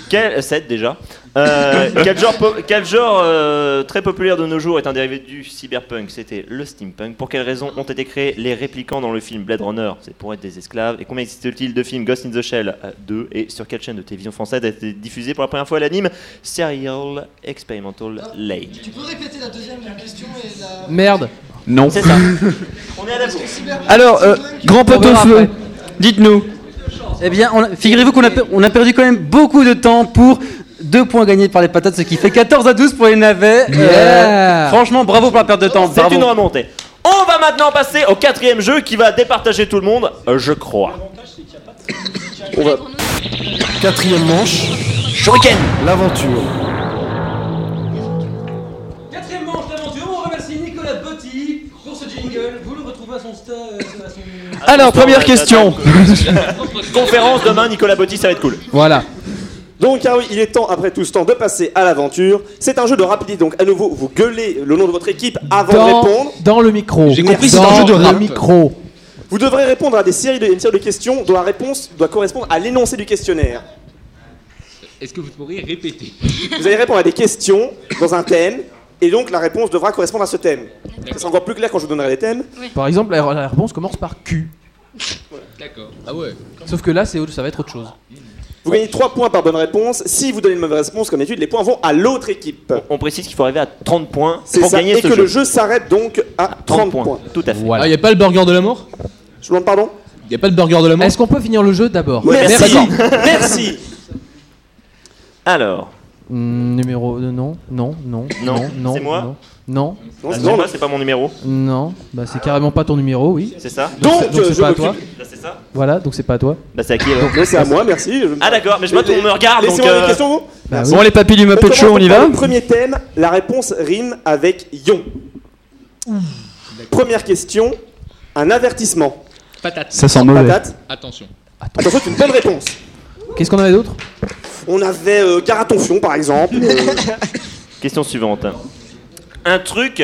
C: quel, 7 déjà. Euh, quel genre, po- quel genre euh, très populaire de nos jours est un dérivé du cyberpunk C'était le steampunk. Pour quelles raisons ont été créés les réplicants dans le film Blade Runner C'est pour être des esclaves. Et combien existe-t-il de films Ghost in the Shell 2 Et sur quelle chaîne de télévision française a été diffusé pour la première fois l'anime Serial Experimental Lake
L: Tu peux répéter la deuxième question et la.
D: Merde.
P: Non.
C: C'est ça.
P: Alors, euh, grand pot au feu, dites-nous.
R: Eh bien, on a- figurez-vous qu'on a, per- on a perdu quand même beaucoup de temps pour deux points gagnés par les patates, ce qui fait 14 à 12 pour les navets. Euh,
C: Yeah.
R: franchement, bravo pour la perte de temps.
C: C'est
R: bravo.
C: une remontée. On va maintenant passer au quatrième jeu qui va départager tout le monde, euh, je crois.
P: Quatrième manche, Shuriken, l'aventure.
K: Quatrième manche d'aventure, on remercie Nicolas Botti pour ce jingle. Vous le retrouvez à son sta- euh, à son-
P: Alors, première question.
C: Conférence demain, Nicolas Botti, ça va être cool.
D: Voilà.
E: Donc, ah oui, il est temps, après tout ce temps, de passer à l'aventure. C'est un jeu de rapidité, donc à nouveau, vous gueulez le nom de votre équipe avant de
D: Dans,
E: répondre.
D: dans le micro.
E: J'ai compris, c'est
D: Dans
E: un jeu de
D: le
E: rap.
D: micro.
E: Vous devrez répondre à des séries de, une série de questions dont la réponse doit correspondre à l'énoncé du questionnaire.
U: Est-ce que vous pourriez répéter
E: Vous allez répondre à des questions dans un thème, et donc la réponse devra correspondre à ce thème. Ça sera encore plus clair quand je vous donnerai les thèmes.
D: Par exemple, la, la réponse commence par Q.
U: D'accord. Ah ouais.
D: Sauf que là, c'est ça va être autre chose.
E: Vous gagnez 3 points par bonne réponse. Si vous donnez une mauvaise réponse, comme d'habitude, les points vont à l'autre équipe.
C: On précise qu'il faut arriver à 30 points
E: C'est
C: pour
E: ça,
C: gagner
E: et
C: ce
E: que
C: jeu.
E: le jeu s'arrête donc à 30, points.
C: Tout à fait.
J: Ah, y a pas le burger de la mort
E: Je vous demande pardon
J: Y a pas le burger de la mort
D: Est-ce qu'on peut finir le jeu d'abord
J: Ouais,
E: merci.
D: D'accord.
E: Merci.
C: Bah, Alors,
D: Hmm, Numéro euh, non, non, non,
C: Non,
D: non, non.
C: c'est moi
D: Non. Non.
C: Ah, c'est moi, c'est pas mon numéro.
D: Non, bah c'est carrément pas ton numéro, oui.
C: C'est ça
D: Donc,
C: Donc,
D: donc
C: euh,
D: c'est
C: je
D: pas à toi.
C: m'occupe. Là, c'est ça
D: Voilà, donc c'est pas à toi.
C: Bah c'est à qui alors
E: Donc, c'est à moi, merci.
C: Ah d'accord, mais je me on me regarde donc.
E: Laissez-moi
C: euh,
E: les questions, vous
D: Bah
E: Merci.
D: oui. Bon, les
P: papilles du Muppet
E: commence
P: Show, on y
E: par
P: va
E: Le premier thème, la réponse rime avec ion. Première question, un avertissement.
U: Patate.
P: Ça sent mauvais.
E: Patate.
U: Attention.
E: Attention, c'est une bonne réponse.
D: Qu'est-ce qu'on avait d'autre
E: On avait euh, Garatonfion, par exemple. euh,
C: Question suivante. Un truc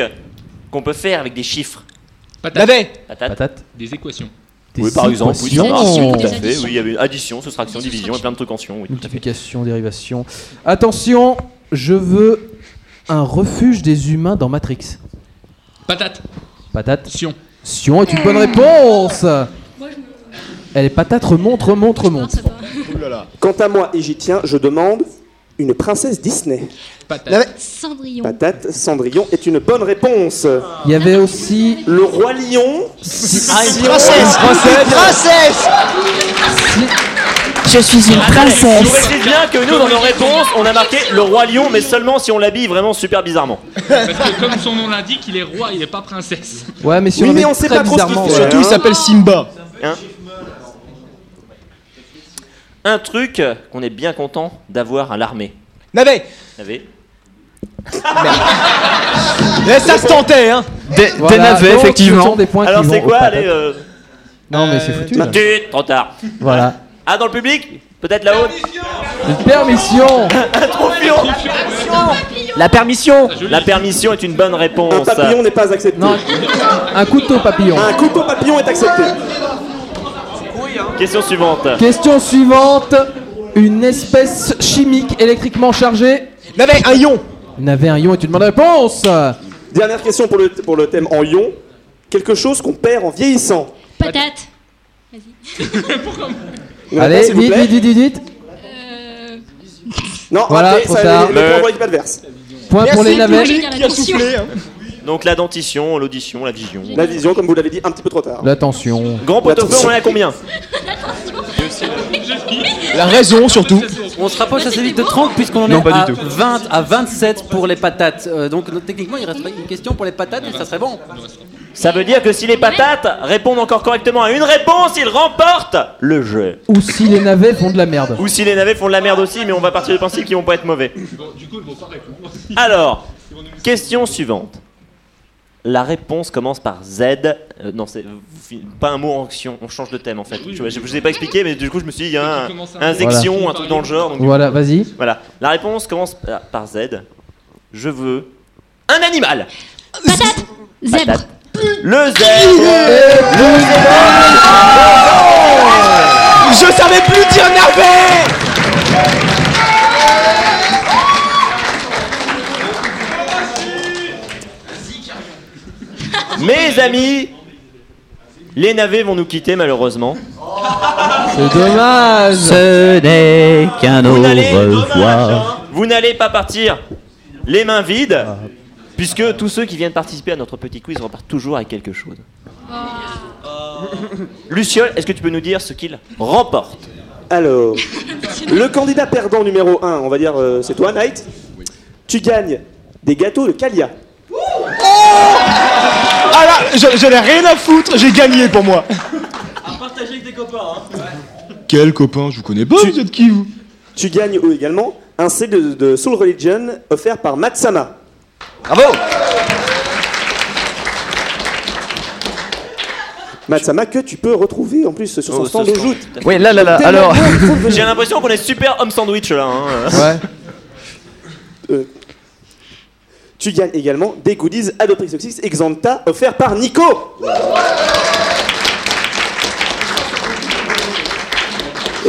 C: qu'on peut faire avec des chiffres.
J: Patate. Navet.
C: Patate.
F: Des équations.
C: Ah, oui, par exemple. Oui, ça marche.
D: équations.
C: Tout à fait. Oui, il y avait addition, soustraction, division et plein de trucs en sion. Oui.
D: Multiplication, dérivation. Attention, je veux un refuge des humains dans Matrix.
F: Patate.
D: Patate.
F: Sion.
D: Sion est une bonne réponse. Elle est patate, remonte, remonte, remonte.
E: Quant à moi, égyptien, je demande une princesse Disney.
H: Cendrillon.
E: Patate, Cendrillon est une bonne réponse.
D: Il y avait aussi
E: le roi lion.
B: Ah, une princesse, une princesse.
C: Je suis une princesse. Je précise bien que nous, dans nos réponses, on a marqué le roi lion, mais seulement si on l'habille vraiment super bizarrement.
F: Parce que comme son nom l'indique, il est roi, il est pas princesse.
D: Ouais, mais si
E: oui,
D: on
E: mais
D: avait
E: on sait
D: très
E: pas trop ce qu'il
D: bizarrement,
E: fait.
D: ouais.
E: Surtout, il s'appelle Simba.
C: Hein un truc qu'on est bien content d'avoir à l'armée.
J: Navet
C: Navet.
J: Eh, ça se tentait, hein Des,
C: Voilà,
J: des navets,
C: donc,
J: effectivement.
D: ce sont des points qui
C: Alors
D: vont
C: c'est
D: aux
C: quoi
D: patates.
C: allez, euh,
D: Non, mais
E: euh,
D: c'est foutu. là.
C: Tut, trop tard.
D: Voilà.
C: Ah, dans le public Peut-être là-haut
D: Une permission.
E: Ah.
C: La permission La permission est une bonne réponse.
E: Un papillon n'est pas accepté.
D: Un couteau papillon.
E: Un couteau papillon est accepté.
C: Question suivante.
D: Question suivante. Une espèce chimique électriquement chargée.
J: Navet, un ion.
D: Navet, un ion est une bonne réponse.
E: Dernière question pour le, pour le thème en lion. Quelque chose qu'on perd en vieillissant.
H: Patate.
E: Une réponse,
D: Allez,
E: s'il vous
D: vite,
E: plaît.
D: vite, vite, vite, vite.
H: Euh,
E: Non,
D: Voilà,
E: raté,
D: trop
E: ça,
D: tard.
E: le- le
D: Mais-
E: point pour l'équipe adverse.
D: Point pour les navets.
E: qui a soufflé. hein.
C: Donc la dentition, l'audition, la vision.
E: La vision, comme vous l'avez dit, un petit peu trop tard.
D: L'attention.
C: Grand pot au feu, on est à combien
J: La raison, surtout.
R: On se rapproche assez vite de 30 puisqu'on en
J: Non,
R: est
J: pas
R: à
J: du tout.
R: 20 à 27 pour les patates. Euh, donc no- techniquement, il resterait une question pour les patates, mais ça serait bon.
C: Ça veut dire que si les patates répondent encore correctement à une réponse, ils remportent le jeu.
D: Ou si les navets font de la merde.
C: Ou si les navets font de la merde aussi, mais on va partir du principe qu'ils vont pas être mauvais. Alors, question suivante. La réponse commence par Z. Euh, non, c'est pas un mot en action. On change de thème en fait. Tu vois, je vous ai pas expliqué, mais du coup, je me suis dit, il y a un, un section, un truc dans le genre. donc du
D: Voilà, vas-y.
C: Voilà, la réponse commence par- par Z. Je veux un animal. Patate. Zèbre. Le zèbre. Le zèbre.
J: Je savais plus dire navet
C: Mes amis, les navets vont nous quitter malheureusement.
D: C'est dommage.
P: Ce n'est qu'un au revoir.
C: Vous n'allez pas partir les mains vides, puisque tous ceux qui viennent participer à notre petit quiz repartent toujours avec quelque chose. Luciole, est-ce que tu peux nous dire ce qu'il remporte
E: Alors, le candidat perdant numéro 1, on va dire euh, c'est toi, Knight. Tu gagnes des gâteaux de Calia.
J: Ah là, je, je n'ai rien à foutre, j'ai gagné pour moi.
K: Partagez avec des copains, hein.
E: Quel copain, je vous connais pas, vous êtes qui vous Tu gagnes euh, également un set de, de Soul Religion offert par Matsama. Bravo Matsama que tu peux retrouver en plus sur son
C: Oh,
E: stand
C: ce
E: de
C: stand,
E: joute.
C: tout à fait.
J: Oui, là, là, là, alors.
C: J'ai l'impression qu'on est super homme sandwich là. hein.
D: Ouais.
E: Euh, tu gagnes également des goodies Adoprix Oxys Exanta offerts par Nico.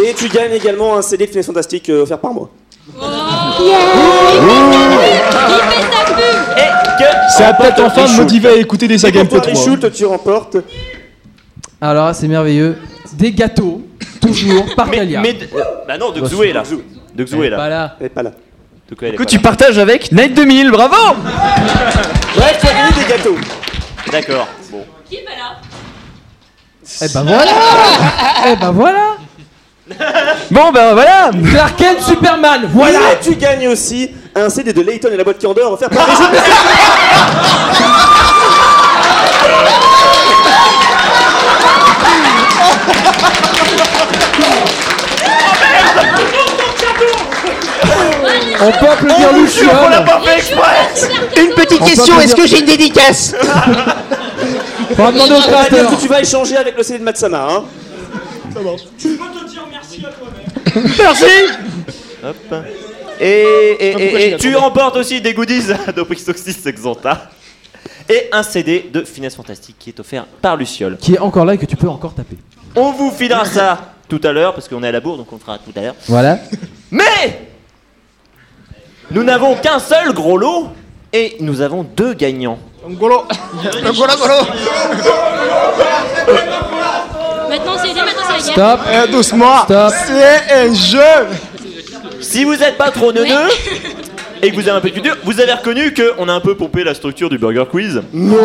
E: Et tu gagnes également un CD de Finesse Fantastique euh, offert par moi.
J: Ça a peut-être enfin me motiver à écouter des sagas
E: Et pour toi,
J: MP3.
E: Richoult, tu remportes.
D: Alors là, c'est merveilleux. Des gâteaux, toujours, par Galia.
C: Mais, euh, bah non, de Xoué là. De
D: Elle
C: Xoué
D: est
C: là.
D: Pas là.
E: Elle est pas là.
C: De quoi, elle est
J: Que
C: pas
J: tu
C: là.
J: partages avec Night 2000, bravo
E: Ouais, tu as gagné des gâteaux.
C: D'accord. Bon.
D: Eh ben voilà Eh ben voilà
J: Bon ben voilà
D: Clark Kent, Superman, voilà
E: Et tu gagnes aussi un CD de Layton et la boîte qui endort offert par Richoult.
D: On peut applaudir
C: Oh,
D: Luciole
P: Une petite
D: On peut
P: question, est-ce
D: applaudir-
P: que j'ai une dédicace
D: On va demander aux
E: Ça veut dire
D: créateurs.
E: que tu vas échanger avec le CD de Matsama. Hein.
K: Tu peux te dire merci à toi-même.
J: Merci
C: Hop. Et, et-
G: pourquoi
C: et-
G: j'ai
C: et
G: la
C: tu
G: tournée
C: remportes aussi des goodies d'Oprixoxys Exanta et un CD de Finesse Fantastique qui est offert par Luciole.
D: Qui est encore là et que tu peux encore taper.
C: On vous filera ça tout à l'heure parce qu'on est à la bourre donc on le fera tout à l'heure.
D: Voilà.
C: Mais nous n'avons qu'un seul gros lot et nous avons deux gagnants.
G: Ngolo Ngolo
H: Maintenant, c'est les maintenant, c'est la guerre.
C: Stop.
J: Euh,
C: doucement. C'est un jeu. Si vous n'êtes pas trop neuneux et que vous avez un peu de culture, vous avez reconnu qu'on a un peu pompé la structure du Burger Quiz. Non.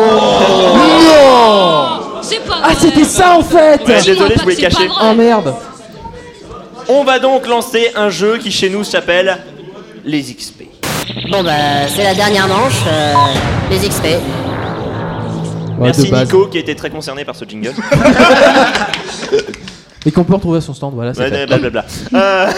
H: C'est pas
D: Ah, c'était ça en fait
C: Ouais, désolé, je voulais cacher.
D: Oh merde
C: On va donc lancer un jeu qui chez nous s'appelle les XP.
O: Bon bah c'est la dernière manche, euh, les XP.
C: Merci
D: de base.
C: Nico qui était très concerné par ce jingle.
D: Et qu'on peut retrouver à son stand, voilà. c'est
C: Ouais,
D: fait.
C: ouais, blablabla. Euh,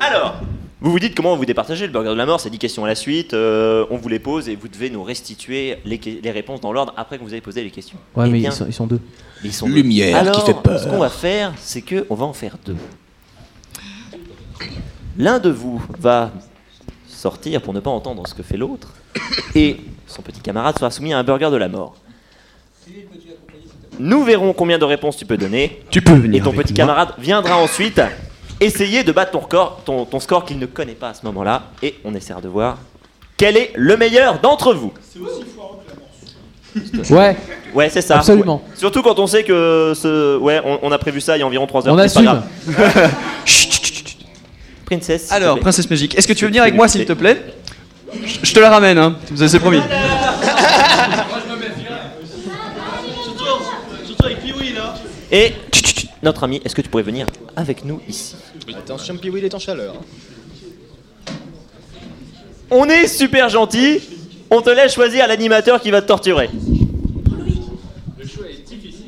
C: Alors, vous vous dites comment vous départagez le burger de la mort C'est 10 questions à la suite, euh, on vous les pose et vous devez nous restituer les, que- les réponses dans l'ordre après que vous avez posé les questions.
D: Ouais,
C: Eh
D: mais
C: bien,
D: ils sont, ils sont deux.
C: ils sont Alors, Ce qu'on va faire, c'est que on va en faire deux. L'un de vous va sortir pour ne pas entendre ce que fait l'autre, et son petit camarade sera soumis à un burger de la mort. Nous verrons combien de réponses tu peux donner.
U: Tu peux venir
C: Et ton
U: avec
C: petit
U: moi.
C: camarade viendra ensuite essayer de battre ton, record- ton- ton score qu'il ne connaît pas à ce moment-là, et on essaiera de voir quel est le meilleur d'entre vous.
D: Ouais.
C: Ouais, c'est ça.
D: Absolument.
C: Ouais. Surtout quand on sait que ce. Ouais, on, on a prévu ça il y a environ 3 heures.
D: On
C: c'est pas
D: assume.
C: grave. Chut, chut, chut, chut. Princesse. s'il te
Q: Alors,
C: plaît.
Q: Princesse Magique, est-ce que tu veux venir avec moi, s'il te plaît je, je te la ramène, hein. C'est promis.
G: Surtout avec Pioui là
C: Et chut, chut, chut. notre ami, est-ce que tu pourrais venir avec nous ici
G: Attention, Pioui il est en chaleur. hein.
C: On est super gentil. On te laisse choisir l'animateur qui va te torturer.
F: Le choix est difficile.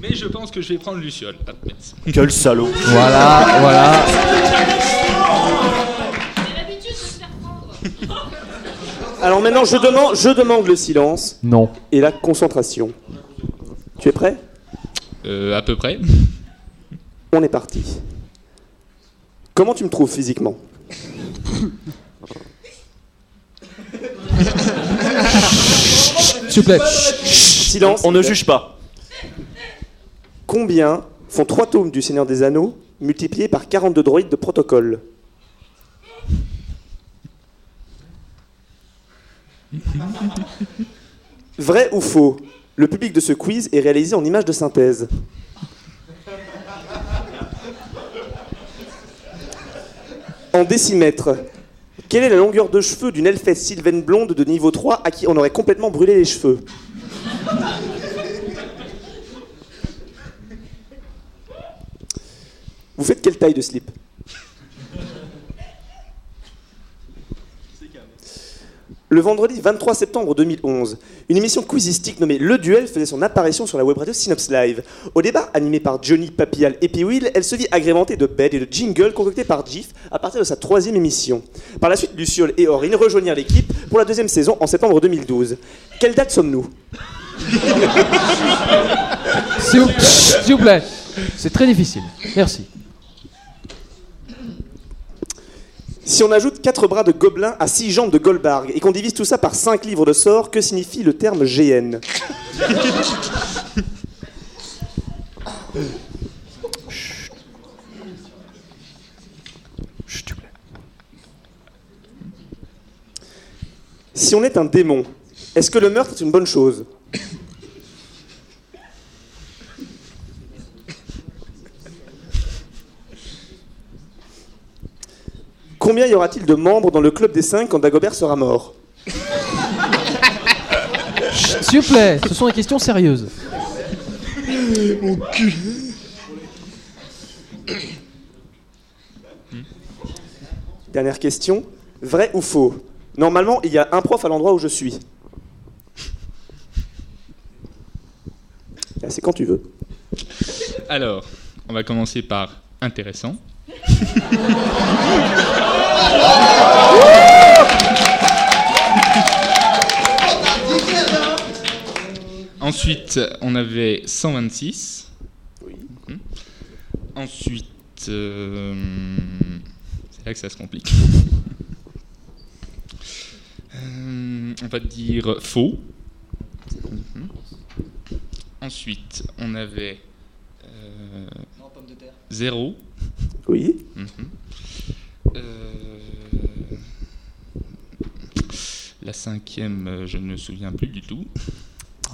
F: Mais je pense que je vais prendre Luciole. Ah, mince.
C: Quel salaud.
D: Voilà, voilà.
E: Alors maintenant, je demande, je demande le silence
D: Non.
E: et la concentration. Tu es prêt
F: Euh, à peu près.
E: On est parti. Comment tu me trouves physiquement
D: S'il vous plaît.
E: Silence.
C: On ne juge pas.
E: Combien font 3 tomes du Seigneur des Anneaux multipliés par 42 droïdes de protocole Vrai ou faux Le public de ce quiz est réalisé en images de synthèse. En décimètres, quelle est la longueur de cheveux d'une elfesse sylvaine blonde de niveau 3 à qui on aurait complètement brûlé les cheveux Vous faites quelle taille de slip Le vendredi 23 septembre 2011, une émission quizistique nommée Le Duel faisait son apparition sur la web radio Synops Live. Au débat animé par Johnny, Papillal et Piwil, elle se vit agrémentée de bêtes et de jingles concoctés par GIF à partir de sa troisième émission. Par la suite, Luciole et Aurine rejoignirent l'équipe pour la deuxième saison en septembre 2012. Quelle date sommes-nous
D: S'il vous, s'il vous plaît. C'est très difficile. Merci.
E: Si on ajoute 4 bras de gobelin à 6 jambes de Goldberg et qu'on divise tout ça par 5 livres de sorts, que signifie le terme GN Si on est un démon, est-ce que le meurtre est une bonne chose Combien y aura-t-il de membres dans le club des 5 quand Dagobert sera mort
D: S'il vous plaît, ce sont des questions sérieuses.
E: Mon cul. Dernière question. Vrai ou faux Normalement, il y a un prof à l'endroit où je suis. Ah, C'est quand tu veux.
F: Alors, on va commencer par intéressant. Ensuite, on avait 126. Mhm. Ensuite,
I: euh, c'est là que ça se complique. Euh, on va dire faux. Mhm. Ensuite, on avait. euh, Zéro.
E: Oui.
I: Mhm. Euh, La cinquième, euh, je ne me souviens plus du tout.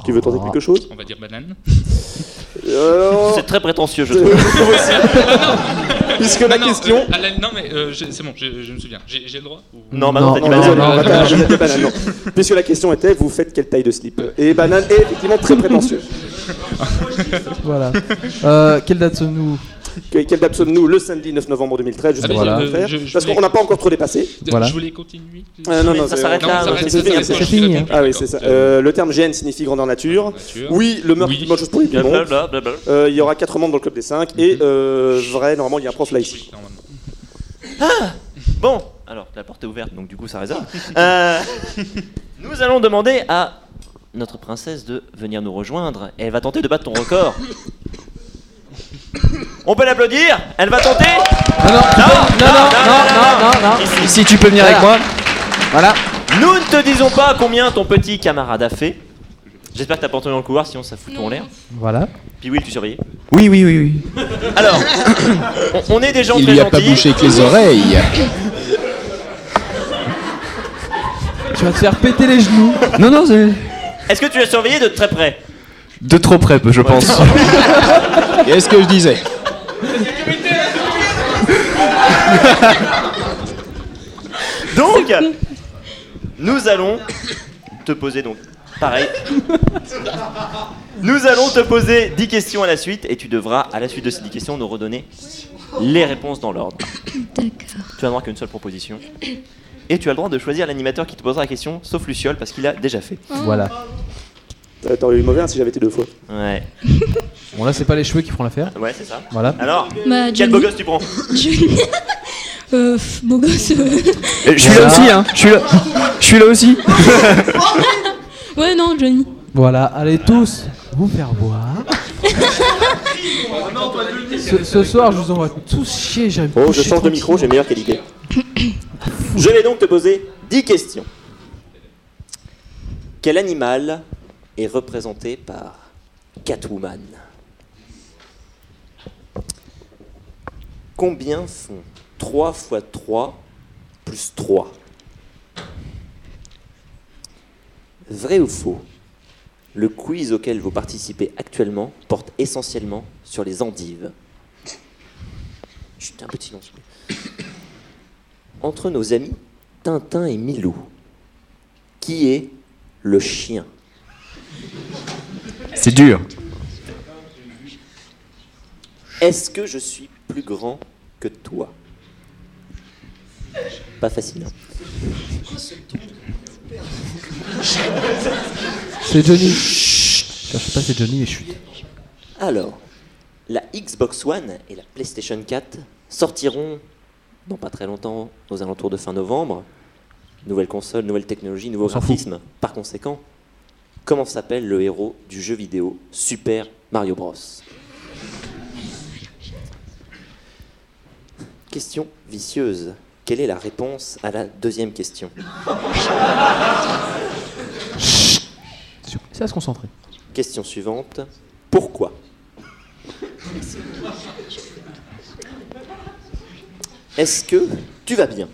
E: Tu veux tenter quelque chose Euh,
I: On va dire banane.
C: C'est très prétentieux, je
I: Euh,
C: trouve.
I: Non, non.
E: Puisque
I: Non,
E: la
I: non,
E: question-
I: euh, à la- non, mais euh, j'ai- c'est bon, j'ai- je me souviens. J'ai j'ai le droit ou-
C: Non, maintenant,
E: non, non, non, non, banane, banane, banane, non. Puisque la question était, vous faites quelle taille de slip Et banane est effectivement très prétentieux.
D: Voilà. Euh, quelle date sommes-nous
E: Que- Quelle date sommes-nous Le samedi 9 novembre 2013, juste
D: Ah, mais
E: pour
D: je-
E: le
D: euh,
E: faire,
D: je- je
E: parce
D: voulais-
E: qu'on n'a pas encore trop dépassé.
D: Voilà. je
I: voulais continuer.
E: Ah, non, non,
I: Mais ça
E: c'est-
I: s'arrête
E: on-
I: là,
E: on-
I: ouais,
E: c'est
I: c'est
E: fini,
I: ça,
E: c'est
I: c'est
E: fini.
I: fini, hein.
E: Ah oui, c'est ça. Euh, le terme GN signifie grande en nature. Oui, le meurtre du chose pour les
C: Blablabla,
E: monde.
C: blablabla.
E: Euh, Il y aura 4 membres dans le club des 5 et euh, vrai, normalement, il y a un prof là ici.
C: Bon, alors la porte est ouverte, donc du coup ça résonne. Euh, nous allons demander à notre princesse de venir nous rejoindre. Et elle va tenter de battre ton record. On peut l'applaudir Elle va tenter
D: Non, non,
C: non,
D: non, non, non, non.
C: Ici, tu peux venir avec moi. Voilà. Nous ne te disons pas combien ton petit camarade a fait. J'espère que t'as pas entendu dans le couloir, sinon ça fout tout en l'air.
D: Voilà.
C: Puis Will, tu surveillais
J: Oui, oui, oui, oui.
C: Alors, on, on est des gens
J: Il
C: très
J: lui a
C: gentils.
J: pas bouché avec les oreilles.
D: Tu vas te faire péter les genoux.
J: Non, non, c'est.
C: Est-ce que tu l'as surveillé de très près
J: De trop près, je pense. Qu'est-ce que je disais
C: Donc, nous allons te poser donc pareil. Nous allons te poser 10 questions à la suite et tu devras à la suite de ces 10 questions nous redonner les réponses dans l'ordre. Tu n'as droit qu'à une seule proposition. Et tu as le droit de choisir l'animateur qui te posera la question, sauf Luciole, parce qu'il a déjà fait.
D: Voilà.
E: Euh, T'aurais eu mauvais hein, si j'avais été deux fois.
C: Ouais.
D: Bon, là, c'est pas les cheveux qui feront l'affaire.
C: Ouais, c'est ça.
D: Voilà.
C: Alors,
H: Bah,
C: quel
H: Johnny.
C: beau gosse tu prends
H: Johnny. euh, pff, beau gosse. euh.
J: Je suis là aussi, hein. Je suis là. Je suis là aussi.
H: ouais, non, Johnny.
D: Voilà, allez tous vous faire boire. ce, ce soir, je vous envoie tous chier. J'ai
E: Oh, je change de micro, j'ai meilleure qualité.
C: Je vais donc te poser 10 questions. Quel animal est représenté par Catwoman Combien font 3 fois 3 plus 3 Vrai ou faux Le quiz auquel vous participez actuellement porte essentiellement sur les endives. Chut, un petit silence. Entre nos amis Tintin et Milou, qui est le chien
J: C'est dur.
C: Est-ce que je suis plus grand que toi Pas facile. hein.
D: C'est Johnny. Je sais pas, c'est Johnny, mais chut.
C: Alors, la Xbox One et la PlayStation 4 sortiront dans pas très longtemps, aux alentours de fin novembre. Nouvelle console, nouvelle technologie, nouveau graphisme. Par conséquent, comment s'appelle le héros du jeu vidéo Super Mario Bros Question vicieuse. Quelle est la réponse à la deuxième question
D: C'est à se concentrer.
C: Question suivante. Pourquoi Est-ce que tu vas bien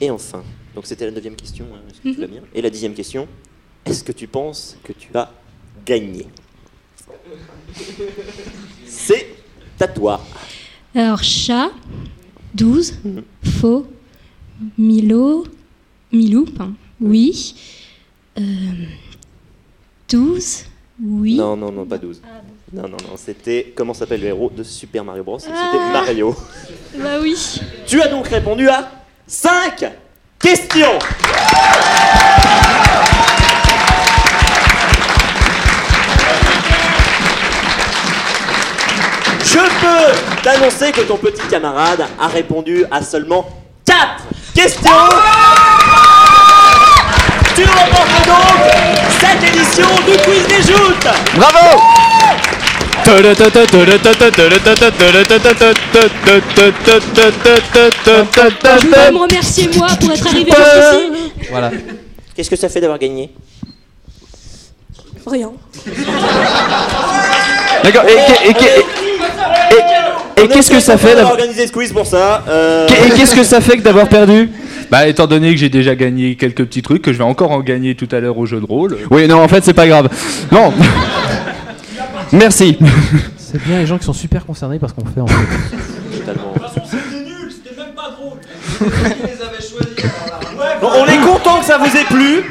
C: Et enfin, donc c'était la neuvième question. hein, est-ce que tu vas bien Et la dixième question. Est-ce que tu penses que tu as gagné C'est à toi.
H: Alors, chat, 12, faux, Milo, Milou, pardon, oui, euh, 12, oui.
C: Non, non, non, pas 12. Non, non, non, c'était comment s'appelle le héros de Super Mario Bros. C'était Mario.
H: Bah oui.
C: Tu as donc répondu à 5 questions. Je peux t'annoncer que ton petit camarade a répondu à seulement 4 questions. Tu remportes donc cette édition du quiz des joutes.
J: Bravo
V: Je voudrais me remercier moi pour être arrivé jusqu'ici.
C: Voilà. Qu'est-ce que ça fait d'avoir gagné
V: Rien.
P: D'accord, et, que- et que- et- et- et qu'est-ce que ça fait
C: On a
P: d'avoir-
C: organisé ce quiz pour ça. euh,
P: et qu'est-ce que ça fait que d'avoir perdu
I: Bah, étant donné que j'ai déjà gagné quelques petits trucs, que je vais encore en gagner tout à l'heure au jeu de rôle.
P: Oui, non, en fait, c'est pas grave. Non. Merci.
D: C'est bien les gens qui sont super concernés par ce qu'on fait en fait.
C: Bon, on est content que ça vous ait plu.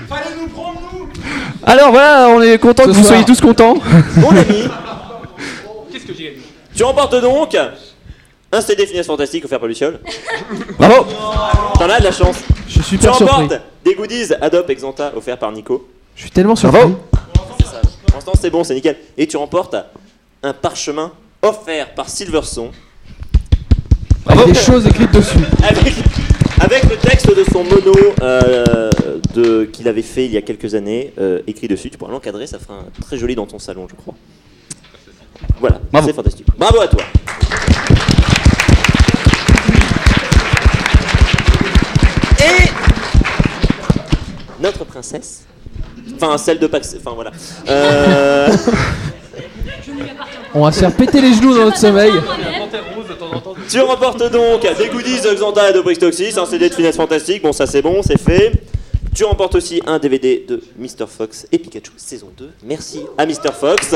P: Alors voilà, Ah, on est content
C: Ce
P: que vous
C: soir.
P: soyez tous contents.
C: Mon ami. Tu remportes donc un CD Finesse Fantastique offert par Luciole.
P: Bravo.
C: T'en as de la chance.
D: Je suis super
C: tu remportes
D: surpris.
C: des goodies Adobe Exanta offerts par Nico.
D: Je suis tellement surpris.
C: Pour l'instant, c'est bon, c'est nickel. Et tu remportes un parchemin offert par Silverson
D: Avec des choses écrites dessus.
C: avec, avec le texte de son mono euh, de- qu'il avait fait il y a quelques années, euh, écrit dessus. Tu pourras l'encadrer, ça fera un très joli dans ton salon, je crois. Voilà, c'est fantastique. Bravo à toi. Et notre princesse, enfin celle de Pax, enfin voilà. Euh,
D: On va se faire péter les
H: Ah, bah,
D: genoux dans notre sommeil.
C: Tu remportes donc des goodies de Xanta et de Brixtoxis, un CD de finesse fantastique, bon ça c'est bon, c'est fait. Tu remportes aussi un DVD de Mr. Fox et Pikachu saison 2. Merci à Mr. Fox.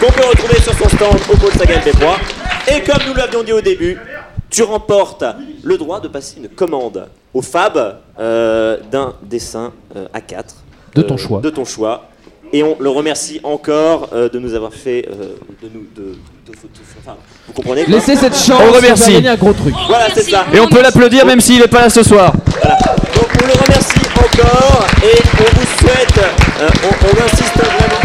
C: Qu'on peut retrouver sur son stand au pôle Saga MP3. Et comme nous l'avions dit au début, tu remportes le droit de passer une commande au Fab euh, d'un dessin euh, A4.
D: De ton choix.
C: De ton choix. Et on le remercie encore euh, de nous avoir fait. euh, de nous, de, de- de- enfin, vous comprenez quoi
D: Laissez cette chance.
P: On remercie.
D: va gagner un gros truc.
C: Voilà, c'est ça.
P: Et on peut l'applaudir même s'il est pas là ce soir.
C: Donc on le remercie encore et on vous souhaite, euh, on, on insiste vraiment.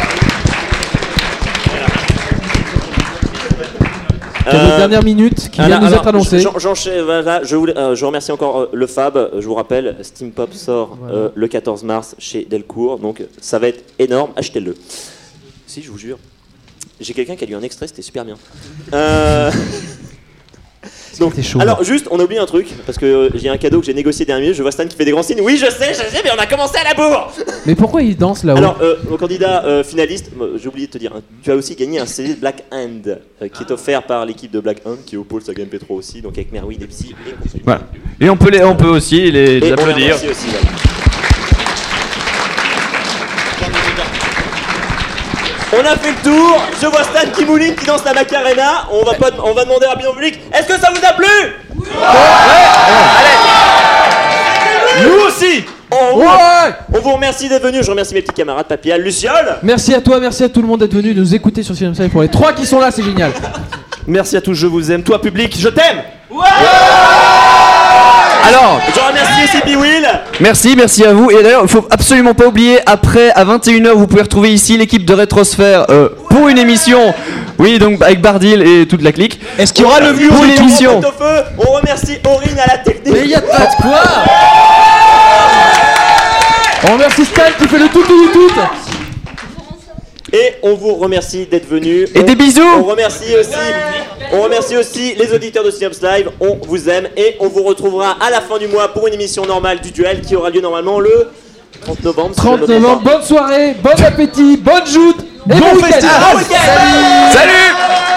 D: Dans
P: Euh,
D: les dernières minutes qui vient de nous être annoncée.
C: J'en, j'enchaîne, voilà, je, voulais- euh, je remercie encore euh, le Fab. Euh, Je vous rappelle, Steam Pop sort euh, le 14 mars chez Delcourt. Donc ça va être énorme. Achetez-le. Si, je vous jure. J'ai quelqu'un qui a lu un extrait, c'était super bien. Euh, Donc,
D: chaud, hein.
C: alors juste, on a oublié un truc parce que euh, j'ai un cadeau que j'ai négocié dernier minute. Je vois Stan qui fait des grands signes. Oui, je sais, je sais, mais on a commencé à la bourre.
D: Mais pourquoi il danse là-haut
C: Alors, euh, mon candidat euh, finaliste, euh, j'ai oublié de te dire, hein, tu as aussi gagné un CD de Black Hand euh, qui est offert par l'équipe de Black Hand qui est au pôle Saga MP3 aussi, donc avec Merwin et Psy. Et, conseil.
P: Voilà. Et on peut les, on peut aussi les, les
C: Et on les
P: applaudir.
C: remercie aussi, voilà. On a fait le tour, je vois Stan qui mouline, qui danse la Macarena, on va, pas, on va demander rapidement au public, est-ce que ça vous a plu Ouais. Allez Nous aussi on, on vous remercie d'être venus, je remercie mes petits camarades Papia, Luciole
D: Merci à toi, merci à tout le monde d'être venu de nous écouter sur Cinema Pour les trois qui sont là, c'est génial.
C: Merci à tous, je vous aime. Toi, public, je t'aime
P: Alors,
C: Je remercie aussi Biwill
P: merci, merci à vous. Et d'ailleurs, il faut absolument pas oublier, après, à 21h, vous pouvez retrouver ici l'équipe de Rétrosphère euh, pour une émission. Oui, donc avec Bardil et toute la clique. Est-ce
J: qu'il y aura
C: Ah,
J: le vieux
P: Pour
J: retour
P: l'émission.
C: On, feu, on remercie Aurine à la technique
D: Mais y a pas de quoi On remercie Stan qui fait le tout tout du tout
C: Et on vous remercie d'être venus.
P: Et
C: On-
P: des bisous
C: On remercie aussi, on remercie aussi les auditeurs de Synops Live. On vous aime et on vous retrouvera à la fin du mois pour une émission normale du duel qui aura lieu normalement le 30 novembre. si je ne me
D: 30
C: trompe
D: novembre,
C: pas.
D: bonne soirée, bon appétit, bonne joute et
C: Bon
D: week-end.
C: festival.
D: Ah,
C: Salut